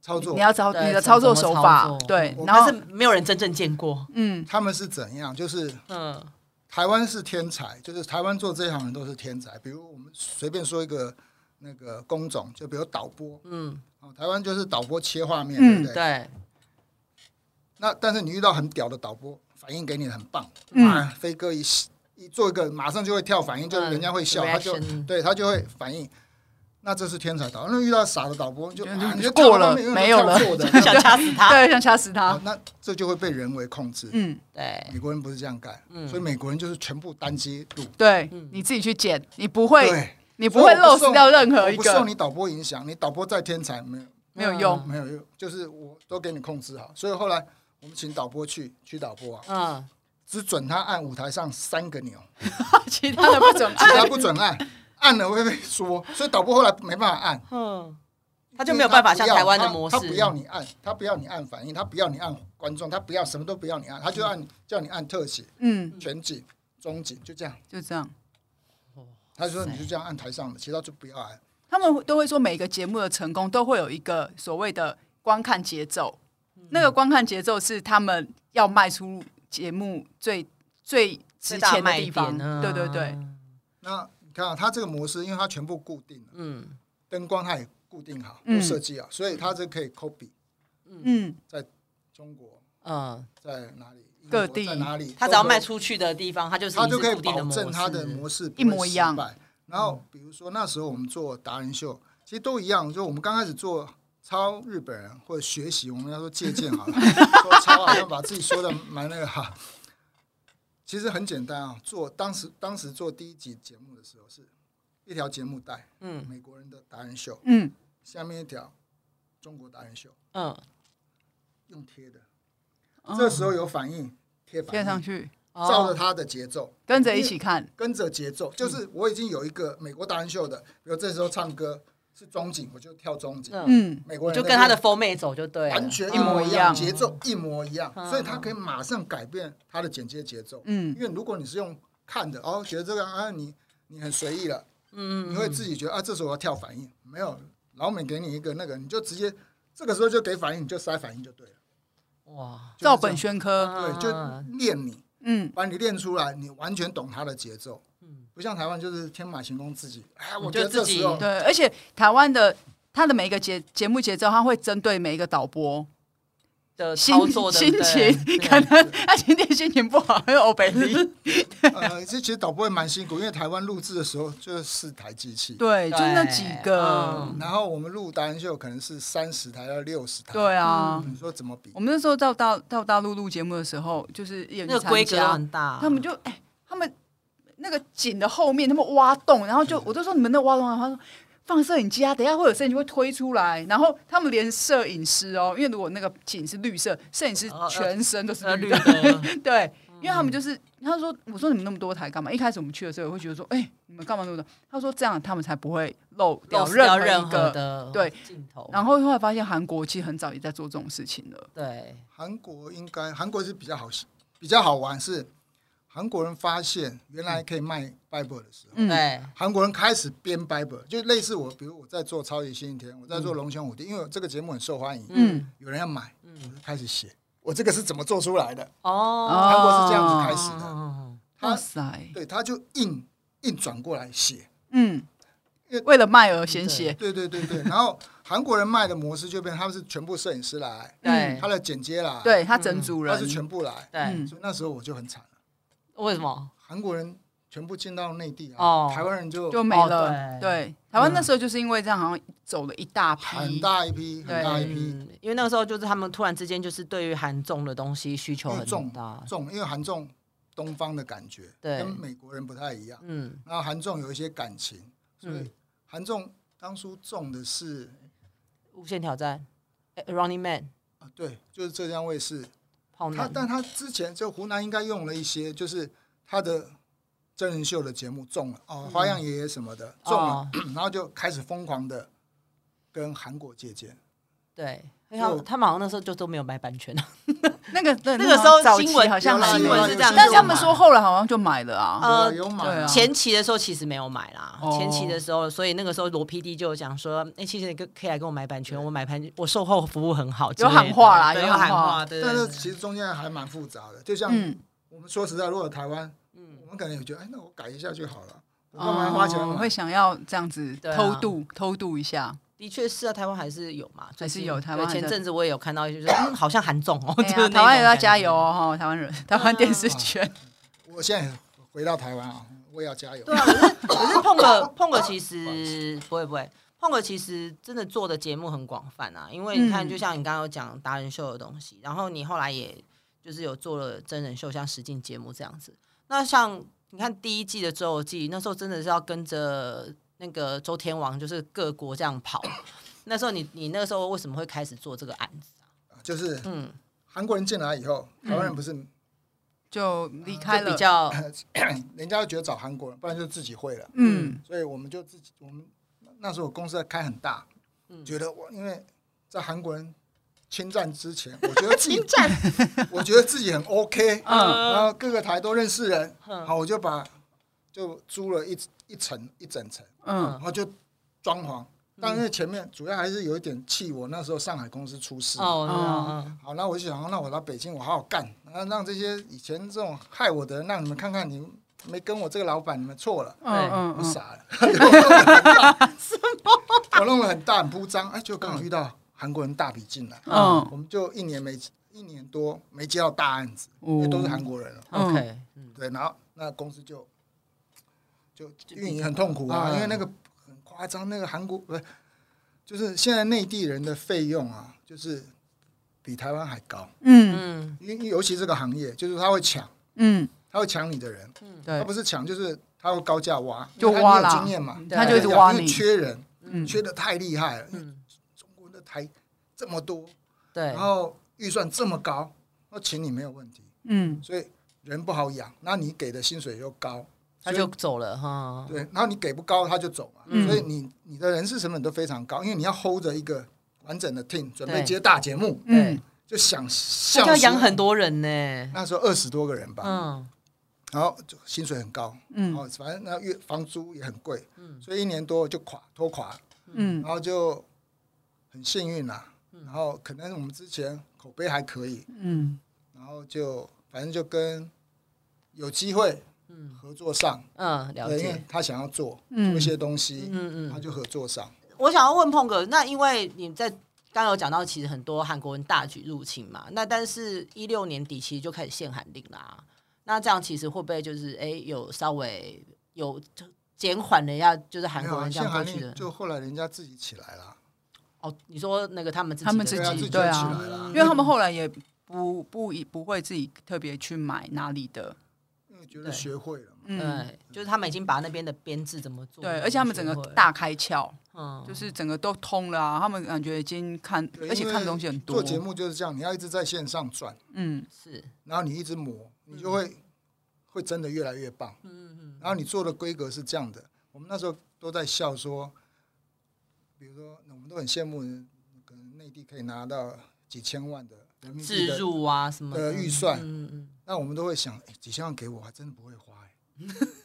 [SPEAKER 3] 操作
[SPEAKER 2] 你要操
[SPEAKER 1] 对
[SPEAKER 2] 你的操作
[SPEAKER 1] 怎么
[SPEAKER 2] 手
[SPEAKER 1] 操
[SPEAKER 2] 法
[SPEAKER 1] 作，
[SPEAKER 2] 对，
[SPEAKER 3] 嗯
[SPEAKER 2] 然后
[SPEAKER 1] 哦但是没有人真正见过，
[SPEAKER 2] 嗯
[SPEAKER 3] 他们是怎样？就是
[SPEAKER 1] 嗯，
[SPEAKER 3] 台湾是天才，就是台湾做这一行人都是天才。比如我们随便说一个那个工种，就比如导播，
[SPEAKER 1] 嗯，
[SPEAKER 3] 哦，台湾就是导播切画面，
[SPEAKER 2] 嗯
[SPEAKER 3] 对不对？
[SPEAKER 1] 对，
[SPEAKER 3] 那但是你遇到很屌的导播，反应给你很棒，
[SPEAKER 2] 嗯，
[SPEAKER 3] 啊，飞哥一一做一个马上就会跳反应，就是人家会笑，
[SPEAKER 1] 嗯
[SPEAKER 3] 他就
[SPEAKER 1] reaction
[SPEAKER 3] 对他就会反应。那这是天才导，那遇到傻的导播就
[SPEAKER 2] 就
[SPEAKER 3] 啊
[SPEAKER 2] 就
[SPEAKER 3] 你就
[SPEAKER 2] 过
[SPEAKER 3] 跳到
[SPEAKER 2] 了
[SPEAKER 3] 那边
[SPEAKER 2] 没有了
[SPEAKER 3] 跳错的
[SPEAKER 1] 想掐死他，
[SPEAKER 2] 对，想掐死
[SPEAKER 3] 好
[SPEAKER 2] 他，
[SPEAKER 3] 那这就会被人为控制。
[SPEAKER 2] 嗯，
[SPEAKER 1] 对，
[SPEAKER 3] 美国人不是这样干，
[SPEAKER 1] 嗯
[SPEAKER 3] 所以美国人就是全部单机录，
[SPEAKER 2] 对
[SPEAKER 1] 嗯，
[SPEAKER 2] 你自己去剪，你不会，
[SPEAKER 3] 对，
[SPEAKER 2] 你不会
[SPEAKER 3] 哦所以我
[SPEAKER 2] 漏
[SPEAKER 3] 不受
[SPEAKER 2] 失掉任何
[SPEAKER 3] 我
[SPEAKER 2] 一
[SPEAKER 3] 不受
[SPEAKER 2] 个，
[SPEAKER 3] 你导播影响，你导播再天才没有
[SPEAKER 2] 没有用
[SPEAKER 1] 嗯
[SPEAKER 3] 没有用，就是我都给你控制好。所以后来我们请导播去去导播啊，
[SPEAKER 1] 嗯，
[SPEAKER 3] 只准他按舞台上三个钮，
[SPEAKER 2] 其他的不准
[SPEAKER 1] 哎
[SPEAKER 3] 其他
[SPEAKER 2] 按，
[SPEAKER 3] 不准按，按了会被说，所以导播后来没办法按，
[SPEAKER 1] 嗯， 他就没有办法像台湾的模式，
[SPEAKER 3] 他不要你按，他不要你按反应，他不要你按观众，他不要什么都不要你按，他就按叫你按特写、
[SPEAKER 2] 嗯，
[SPEAKER 3] 全景、中景，就这样。
[SPEAKER 2] 就这样。
[SPEAKER 3] 他就说你就这样按台上的，其他就不要按。
[SPEAKER 2] 他们都会说每个节目的成功都会有一个所谓的观看节奏，那个观看节奏是他们要卖出节目最最值
[SPEAKER 1] 最大
[SPEAKER 2] 钱的
[SPEAKER 1] 卖
[SPEAKER 2] 地方
[SPEAKER 1] 点啊。
[SPEAKER 2] 对对对，，
[SPEAKER 3] 那你看啊，他这个模式，因为他全部固定了，
[SPEAKER 1] 嗯
[SPEAKER 3] 灯光他也固定好，
[SPEAKER 2] 嗯
[SPEAKER 3] 都设计好，啊所以他这可以 copy
[SPEAKER 2] 嗯，
[SPEAKER 3] 中国
[SPEAKER 1] 嗯，
[SPEAKER 3] 在哪里，英国
[SPEAKER 2] 各地
[SPEAKER 3] 在哪里，
[SPEAKER 1] 他只要
[SPEAKER 3] 都可以
[SPEAKER 1] 卖出去的地方，他就是
[SPEAKER 3] 他就可以
[SPEAKER 1] 一直固定的
[SPEAKER 3] 保
[SPEAKER 1] 模式
[SPEAKER 3] 证他的模式
[SPEAKER 2] 一模一样
[SPEAKER 3] 不会失败。然
[SPEAKER 1] 嗯
[SPEAKER 3] 后比如说那时候我们做达人秀，其实都一样，就我们刚开始做抄日本人或者学习，我们要说借鉴 好了，说抄好像把自己说的蛮那个哈。其实很简单啊，做当时当时做第一集节目的时候是一条节目带
[SPEAKER 1] 嗯
[SPEAKER 3] 美国人的达人秀，
[SPEAKER 2] 嗯
[SPEAKER 3] 下面一条中国达人秀，
[SPEAKER 1] 嗯，
[SPEAKER 3] 用贴的，
[SPEAKER 2] 哦
[SPEAKER 3] 这时候有反应贴
[SPEAKER 2] 贴上
[SPEAKER 3] 反应，
[SPEAKER 2] 去，
[SPEAKER 1] 哦
[SPEAKER 3] 照着他的节奏。
[SPEAKER 2] 跟着一起看，
[SPEAKER 3] 跟着节奏，就是我已经有一个美国达人秀的，比如这时候唱歌是中景，我就跳中景。
[SPEAKER 1] 嗯，
[SPEAKER 2] 嗯
[SPEAKER 3] 美国人
[SPEAKER 1] 就跟他的 f o r 妹走就对了，
[SPEAKER 3] 完全
[SPEAKER 2] 了
[SPEAKER 3] 一模一样，
[SPEAKER 2] 嗯
[SPEAKER 3] 节奏一模一样，
[SPEAKER 1] 嗯
[SPEAKER 3] 所以他可以马上改变他的剪接节奏。
[SPEAKER 2] 嗯
[SPEAKER 3] 因为如果你是用看的，哦，觉得这个啊，你你很随意了，
[SPEAKER 1] 嗯，嗯，
[SPEAKER 3] 你会自己觉得啊，这时候我要跳反应，没有老美给你一个那个，你就直接这个时候就给反应，你就塞反应就对了，
[SPEAKER 1] 哇，
[SPEAKER 2] 照本
[SPEAKER 3] 宣，
[SPEAKER 2] 宣科，
[SPEAKER 3] 对，就练你，
[SPEAKER 2] 嗯
[SPEAKER 3] 把你练出来，你完全懂他的节奏。
[SPEAKER 1] 嗯
[SPEAKER 3] 不像台湾就是天马行空自己，哎，
[SPEAKER 1] 你
[SPEAKER 3] 我
[SPEAKER 1] 就
[SPEAKER 3] 觉得这
[SPEAKER 1] 自己
[SPEAKER 3] 时候
[SPEAKER 2] 对，而且台湾的。他的每一个节节目节奏，他会针对每一个导播
[SPEAKER 1] 的
[SPEAKER 2] 心
[SPEAKER 1] 操作的
[SPEAKER 2] 心情，可能他今天心情不好，会欧 北利。
[SPEAKER 3] 呃，这其实导播也蛮辛苦，因为台湾录制的时候就是四台机器，
[SPEAKER 2] 对，就那几个，
[SPEAKER 1] 嗯
[SPEAKER 3] 然后我们录达人秀可能是三十台到六十台，
[SPEAKER 2] 对啊，
[SPEAKER 1] 嗯
[SPEAKER 3] 你说怎么比
[SPEAKER 2] 我？们那时候到大到大陆录节目的时候，就是演
[SPEAKER 1] 那个规格都很大，
[SPEAKER 2] 他们就哎、他们那个井的后面，他们挖洞，然后就我就说你们那挖洞啊，他说放摄影机啊，等一下会有摄影机会推出来，然后他们连摄影师哦，因为如果那个井是绿色，摄影师
[SPEAKER 1] 哦呃
[SPEAKER 2] 全身都是
[SPEAKER 1] 呃
[SPEAKER 2] 绿
[SPEAKER 1] 绿
[SPEAKER 2] 的，
[SPEAKER 1] 的，
[SPEAKER 2] 对，因为
[SPEAKER 1] 嗯
[SPEAKER 2] 他们就是他说我说你们那么多台干嘛？一开始我们去的时候，我会觉得说哎、你们干嘛那么多？他说这样他们才不会漏掉
[SPEAKER 1] 漏失掉
[SPEAKER 2] 何
[SPEAKER 1] 任
[SPEAKER 2] 一
[SPEAKER 1] 何
[SPEAKER 2] 个。
[SPEAKER 1] 的
[SPEAKER 2] 对
[SPEAKER 1] 镜头，
[SPEAKER 2] 然后后来发现韩国其实很早也在做这种事情了，
[SPEAKER 1] 对，
[SPEAKER 3] 韩国应该韩国是比较好，比较好玩是韩国人发现原来可以卖 Bible 的时候。
[SPEAKER 2] 嗯
[SPEAKER 1] 对，
[SPEAKER 3] 韩国人开始编 Bible，就类似我，比如我在做《超级星期天》，我在做《龙兄虎弟》，因为这个节目很受欢迎，
[SPEAKER 2] 嗯
[SPEAKER 3] 有人要买，我
[SPEAKER 1] 嗯，
[SPEAKER 3] 就开始写，我这个是怎么做出来的？
[SPEAKER 1] 哦，
[SPEAKER 2] 哦
[SPEAKER 3] 韩国是这样子开始的，
[SPEAKER 1] 嗯
[SPEAKER 2] 哇
[SPEAKER 3] 他
[SPEAKER 2] 塞，
[SPEAKER 3] 对，他就硬硬转过来写。
[SPEAKER 2] 嗯
[SPEAKER 3] 因为，
[SPEAKER 2] 为了卖而先写，
[SPEAKER 3] 对对 对对，然后韩国人卖的模式就变，他们是全部摄影师来，
[SPEAKER 1] 对
[SPEAKER 3] 他的剪接来，，
[SPEAKER 2] 对他整组人
[SPEAKER 3] 他，是全部来，
[SPEAKER 1] 嗯对，
[SPEAKER 2] 嗯
[SPEAKER 3] 所以那时候我就很惨了，
[SPEAKER 1] 为什么？
[SPEAKER 3] 韩国人全部进到内地啊
[SPEAKER 1] 哦，
[SPEAKER 3] 台湾人就
[SPEAKER 2] 就没了。
[SPEAKER 1] 哦对
[SPEAKER 2] 对，台湾那时候就是因为这样，好像走了一大
[SPEAKER 3] 很
[SPEAKER 2] 批，
[SPEAKER 3] 大一批，很大一批
[SPEAKER 1] 嗯，因为那个时候就是他们突然之间就是对于韩综的东西需求
[SPEAKER 3] 因为
[SPEAKER 2] 嗯
[SPEAKER 1] 很
[SPEAKER 3] 重
[SPEAKER 1] 大，
[SPEAKER 3] 重，因为韩重东方的感觉，
[SPEAKER 1] 对
[SPEAKER 3] 跟美国人不太一样，
[SPEAKER 1] 嗯，
[SPEAKER 3] 然后韩重有一些感情，所以
[SPEAKER 1] 嗯
[SPEAKER 3] 韩重当初重的是
[SPEAKER 1] 无限挑战、哎 Running Man、
[SPEAKER 3] 啊，对，就是浙江卫视，
[SPEAKER 1] 泡
[SPEAKER 3] 他
[SPEAKER 1] 男，
[SPEAKER 3] 但他之前就湖南应该用了一些，就是他的真人秀的节目中了
[SPEAKER 2] 嗯
[SPEAKER 3] 哦，花样爷爷什么的中
[SPEAKER 2] 啊哦
[SPEAKER 3] 了，
[SPEAKER 1] 哦
[SPEAKER 3] 然后就开始疯狂的跟韩国借鉴。
[SPEAKER 1] 对，因为他
[SPEAKER 3] 就
[SPEAKER 1] 们他们好像那时候就都没有买版权啊。
[SPEAKER 2] 那个对
[SPEAKER 1] 那个时候
[SPEAKER 2] 早期
[SPEAKER 1] 新闻
[SPEAKER 2] 好像
[SPEAKER 3] 有啦
[SPEAKER 2] 买
[SPEAKER 1] 新
[SPEAKER 3] 有
[SPEAKER 1] 闻
[SPEAKER 3] 啦
[SPEAKER 2] 了
[SPEAKER 1] 是这样讲嘛，
[SPEAKER 3] 有
[SPEAKER 2] 但是他们说后来好像就买了啊。
[SPEAKER 1] 呃
[SPEAKER 3] 有啊有买
[SPEAKER 2] 对啊
[SPEAKER 3] 啊
[SPEAKER 1] 前期的时候其实没有买啦，
[SPEAKER 2] 哦
[SPEAKER 1] 前期的时候，所以那个时候罗 PD 就有讲说，哎、其实你可以来跟我买版权，我买版权，我售后服务很好之类的，
[SPEAKER 2] 有喊话啦
[SPEAKER 1] 对
[SPEAKER 2] 有
[SPEAKER 1] 有
[SPEAKER 2] 喊
[SPEAKER 1] 喊
[SPEAKER 2] 话
[SPEAKER 1] 话，对对
[SPEAKER 3] 但
[SPEAKER 1] 对
[SPEAKER 3] 是其实中间还蛮复杂的，就像
[SPEAKER 2] 嗯，
[SPEAKER 3] 我们说实在，如果台湾，我们可能也觉得，哎，那我改一下就好了，我干嘛花钱
[SPEAKER 2] 哦
[SPEAKER 3] 买？
[SPEAKER 2] 会想要这样子
[SPEAKER 1] 对啊
[SPEAKER 2] 偷渡、偷渡一 下？
[SPEAKER 1] 的确是啊，台湾还是有嘛，
[SPEAKER 2] 还是
[SPEAKER 1] 最近
[SPEAKER 2] 有台湾
[SPEAKER 1] 对
[SPEAKER 2] 还是
[SPEAKER 1] 前阵子我也有看到，就是、嗯、好像韩综哦，
[SPEAKER 2] 哎
[SPEAKER 1] 就
[SPEAKER 2] 呀
[SPEAKER 1] 是那种
[SPEAKER 2] 台湾也要
[SPEAKER 1] 感觉
[SPEAKER 2] 加油哦，哈台湾人、
[SPEAKER 3] 嗯
[SPEAKER 2] 台湾电视圈。
[SPEAKER 3] 我现在回到台湾啊，我也要加油。
[SPEAKER 1] 对啊，可是可 是碰个碰个，其实不会不会，碰个其实真的做的节目很广泛啊。因为你看，
[SPEAKER 2] 嗯
[SPEAKER 1] 就像你刚刚有讲达人秀的东西，然后你后来也就是有做了真人秀，像实境节目这样子。那像你看第一季的《周游记》，那时候真的是要跟着那个周天王，就是各国这样跑。那时候你你那个时候为什么会开始做这个案子？
[SPEAKER 3] 啊就是
[SPEAKER 1] 嗯，
[SPEAKER 3] 韩国人进来以后，台湾人不是
[SPEAKER 2] 就离开
[SPEAKER 1] 就比
[SPEAKER 2] 了，
[SPEAKER 1] 较
[SPEAKER 3] 人家会觉得找韩国人，不然就自己会了。
[SPEAKER 2] 嗯，
[SPEAKER 3] 所以我们就自己，我们那时候公司在开很大，觉得我因为在韩国人侵占之前，我觉得自己侵占，我觉得自己很 OK，
[SPEAKER 2] 嗯
[SPEAKER 3] 然后各个台都认识人，
[SPEAKER 1] 嗯
[SPEAKER 3] 好，我就把就租了一一层一整层，
[SPEAKER 2] 嗯
[SPEAKER 3] 然后就装潢。但因为前面主要还是有一点气，我那时候上海公司出事，
[SPEAKER 1] 哦，
[SPEAKER 2] 哦
[SPEAKER 1] 嗯
[SPEAKER 3] 好，那我就想，那我来北京，我好好干，那让这些以前这种害我的人，让你们看看，你们没跟我这个老板，你们错了。
[SPEAKER 2] 嗯嗯嗯，
[SPEAKER 3] 我哎傻了，我弄了很大很铺张，哎，就刚好遇到韩国人大笔进来，
[SPEAKER 2] 嗯
[SPEAKER 3] 我们就一年没一年多没接到大案
[SPEAKER 2] 哦
[SPEAKER 3] 子，嗯因为都是韩国人了，
[SPEAKER 1] 嗯，OK，嗯
[SPEAKER 3] 对，然后那公司就就运营很痛苦啊，
[SPEAKER 1] 嗯
[SPEAKER 3] 因为那个很夸张，那个韩国不是就是现在内地人的费用啊，就是比台湾还高，
[SPEAKER 2] 嗯
[SPEAKER 1] 嗯
[SPEAKER 3] 因为尤其这个行业，就是他会抢，
[SPEAKER 2] 嗯，
[SPEAKER 3] 他会抢你的人，他
[SPEAKER 1] 嗯
[SPEAKER 2] 对，
[SPEAKER 3] 不是抢就是他会高价挖，
[SPEAKER 2] 就
[SPEAKER 3] 因为他
[SPEAKER 2] 挖
[SPEAKER 3] 没有
[SPEAKER 2] 啦
[SPEAKER 3] 经验嘛，
[SPEAKER 1] 对
[SPEAKER 2] 他就一直挖你
[SPEAKER 3] 因为，缺人，
[SPEAKER 2] 嗯
[SPEAKER 3] 缺的太厉害了。
[SPEAKER 1] 嗯，
[SPEAKER 3] 中国的台这么多，
[SPEAKER 1] 对
[SPEAKER 3] 然，后预算这么高，那请你没有问题，
[SPEAKER 2] 嗯
[SPEAKER 3] 所以人不好养，那你给的薪水又高，
[SPEAKER 1] 他
[SPEAKER 3] 所
[SPEAKER 1] 就
[SPEAKER 3] 以
[SPEAKER 1] 走了哈。
[SPEAKER 3] 对，然后你给不高他就走嘛，
[SPEAKER 2] 嗯
[SPEAKER 3] 所以你你的人事成本都非常高，因为你要 hold 着一个完整的 team 准备
[SPEAKER 1] 对
[SPEAKER 3] 接大节目，
[SPEAKER 2] 嗯
[SPEAKER 3] 就想
[SPEAKER 1] 他
[SPEAKER 3] 笑
[SPEAKER 1] 就要
[SPEAKER 3] 死
[SPEAKER 1] 养很多人呢。
[SPEAKER 3] 那时候二十多个人吧，
[SPEAKER 1] 嗯，
[SPEAKER 3] 然后就薪水很高，
[SPEAKER 2] 嗯
[SPEAKER 3] 哦，反正那月房租也很贵，
[SPEAKER 1] 嗯
[SPEAKER 3] 所以一年多就垮拖垮，
[SPEAKER 2] 嗯
[SPEAKER 3] 然后就很幸运啦、然后可能我们之前口碑还可以，
[SPEAKER 2] 嗯
[SPEAKER 3] 然后就反正就跟有机会
[SPEAKER 1] 嗯
[SPEAKER 3] 合作上，
[SPEAKER 1] 嗯，了
[SPEAKER 3] 对，因为
[SPEAKER 1] 解。
[SPEAKER 3] 他想要做做一
[SPEAKER 2] 嗯
[SPEAKER 3] 些东西，
[SPEAKER 1] 嗯
[SPEAKER 3] 他
[SPEAKER 1] 嗯，
[SPEAKER 3] 就合作上。
[SPEAKER 1] 我想要问碰哥，那因为你在刚刚有讲到，其实很多韩国人大举入侵嘛，那但是一六年底其实就开始限韩令啦。那这样其实会不会就是哎、有稍微有减缓了一下，就是韩国人这
[SPEAKER 3] 现
[SPEAKER 1] 样过
[SPEAKER 3] 啊韩
[SPEAKER 1] 去
[SPEAKER 3] 令
[SPEAKER 1] 的？
[SPEAKER 3] 就后来人家自己起来了，
[SPEAKER 1] 哦，你说那个他们自己
[SPEAKER 2] 他们
[SPEAKER 1] 的
[SPEAKER 2] 自
[SPEAKER 3] 对啊，
[SPEAKER 1] 这个
[SPEAKER 3] 自己
[SPEAKER 2] 己
[SPEAKER 3] 就
[SPEAKER 2] 对
[SPEAKER 3] 起
[SPEAKER 2] 啊
[SPEAKER 3] 来了
[SPEAKER 2] 因。为他们后来也不不以不会自己特别去买哪里的，
[SPEAKER 3] 因为觉得学会了嘛，
[SPEAKER 2] 嗯，
[SPEAKER 1] 对，就是他们已经把那边的编制怎么做，
[SPEAKER 2] 对，而且他们整个
[SPEAKER 1] 学会了，
[SPEAKER 2] 大开窍，
[SPEAKER 1] 嗯，
[SPEAKER 2] 就是整个都通了啊，他们感觉已经看，
[SPEAKER 3] 哦对
[SPEAKER 2] 而且
[SPEAKER 3] 因为
[SPEAKER 2] 看的东西很多，
[SPEAKER 3] 做节目就是这样，你要一直在线上转，
[SPEAKER 2] 嗯
[SPEAKER 1] 是，
[SPEAKER 3] 然后你一直磨，你就会会真的越来越棒。
[SPEAKER 1] 嗯嗯
[SPEAKER 3] 然后你做的规格是这样的，我们那时候都在笑说，比如说我们都很羡慕，可能内地可以拿到几千万的人
[SPEAKER 1] 嗯，
[SPEAKER 3] 民币
[SPEAKER 1] 自
[SPEAKER 3] 的，
[SPEAKER 1] 入啊什么
[SPEAKER 3] 的预算
[SPEAKER 1] 嗯嗯嗯。
[SPEAKER 3] 那我们都会想，哎，几千万给我，还真的不会花， 哎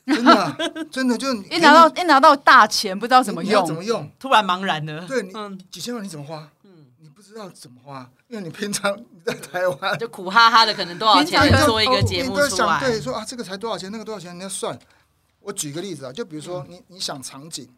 [SPEAKER 3] 真的啊真的就你哎
[SPEAKER 2] 一拿到一拿到大钱，不知道怎么
[SPEAKER 3] 你要
[SPEAKER 2] 用
[SPEAKER 3] 怎，么用？
[SPEAKER 1] 突然茫然了。
[SPEAKER 3] 对你
[SPEAKER 1] 嗯
[SPEAKER 3] 几千万你怎么花？
[SPEAKER 1] 嗯，
[SPEAKER 3] 你不知道怎么花，因为你平常你在台湾。
[SPEAKER 1] 就苦哈哈的，可能多少
[SPEAKER 2] 平常
[SPEAKER 1] 钱
[SPEAKER 2] 就
[SPEAKER 1] 做一个节
[SPEAKER 3] 你
[SPEAKER 1] 目
[SPEAKER 3] 都
[SPEAKER 1] 出
[SPEAKER 3] 想
[SPEAKER 1] 来？
[SPEAKER 3] 哦对说啊，这个才多少钱，那个多少钱，你要算。我举个例子啊，就比如说你你想场景，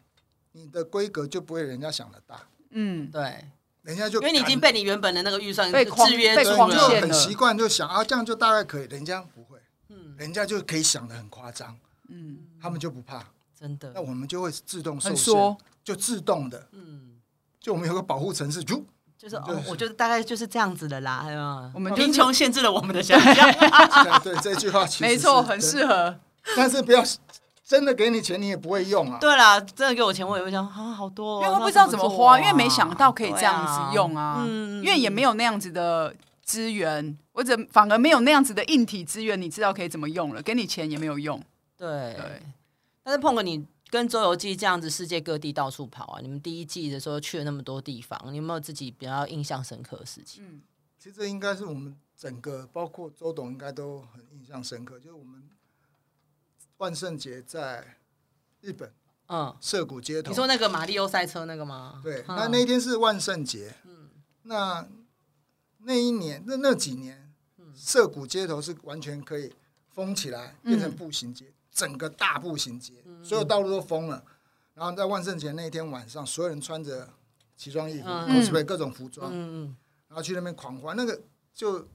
[SPEAKER 3] 你的规格就不会人家想的大，
[SPEAKER 2] 嗯
[SPEAKER 1] 对，
[SPEAKER 3] 人家就
[SPEAKER 1] 因为你已
[SPEAKER 3] 赶
[SPEAKER 1] 经被你原本的那个预算
[SPEAKER 2] 被框
[SPEAKER 1] 制约
[SPEAKER 2] 被
[SPEAKER 1] 住
[SPEAKER 2] 框
[SPEAKER 3] 就
[SPEAKER 1] 了。
[SPEAKER 2] 限
[SPEAKER 3] 很习惯，就想啊，这样就大概可以。人家不会，
[SPEAKER 1] 嗯，
[SPEAKER 3] 人家就可以想的很夸张，
[SPEAKER 2] 嗯，
[SPEAKER 3] 他们就不怕。
[SPEAKER 1] 真
[SPEAKER 3] 那
[SPEAKER 1] 的。
[SPEAKER 3] 我们就会自动受
[SPEAKER 2] 很
[SPEAKER 3] 限
[SPEAKER 2] 说，，
[SPEAKER 3] 就自动的。
[SPEAKER 1] 嗯，
[SPEAKER 3] 就我们有个保护城 市，就
[SPEAKER 1] 就是哦
[SPEAKER 3] 对，
[SPEAKER 1] 我觉得大概就是这样子的啦。哎呀，
[SPEAKER 2] 我们就是
[SPEAKER 1] 贫穷限制了我们的想象。
[SPEAKER 3] 对这句话其实
[SPEAKER 2] 没错，
[SPEAKER 3] 是
[SPEAKER 2] 很
[SPEAKER 3] 真
[SPEAKER 2] 适合，
[SPEAKER 3] 但是不要真的给你钱，你也不会用啊。
[SPEAKER 1] 对啦，真的给我钱，我也会想啊，好多
[SPEAKER 2] 因
[SPEAKER 1] 哦，那
[SPEAKER 2] 为他不知道怎么花，
[SPEAKER 1] 做啊
[SPEAKER 2] 因为没想到可以这样子用
[SPEAKER 1] 对
[SPEAKER 2] 啊，
[SPEAKER 1] 嗯
[SPEAKER 2] 因为也没有那样子的资源，或者反而没有那样子的硬体资源，你知道可以怎么用了，给你钱也没有用，
[SPEAKER 1] 对。
[SPEAKER 2] 对
[SPEAKER 1] 但是碰哥，你跟周游记这样子世界各地到处跑啊，你们第一季的时候去了那么多地方，你有没有自己比较印象深刻的事情？
[SPEAKER 2] 嗯
[SPEAKER 3] 其实应该是我们整个，包括周董应该都很印象深刻，就是我们万圣节在日本
[SPEAKER 1] 嗯，
[SPEAKER 3] 涩谷街头
[SPEAKER 1] 你，说那个马里奥赛车那个吗？
[SPEAKER 3] 对，
[SPEAKER 1] 嗯
[SPEAKER 3] 那那一天是万圣节，那那一年那那几年，
[SPEAKER 1] 嗯
[SPEAKER 3] 涩谷街头是完全可以封起来，变成步行街，整个大步行街，
[SPEAKER 1] 嗯
[SPEAKER 3] 所有道路都封了。然后在万圣节那一天晚上，所有人穿着奇装异服、
[SPEAKER 1] 嗯
[SPEAKER 3] cosplay 各种服装，
[SPEAKER 1] 嗯嗯
[SPEAKER 3] 然后去那边狂欢，那个就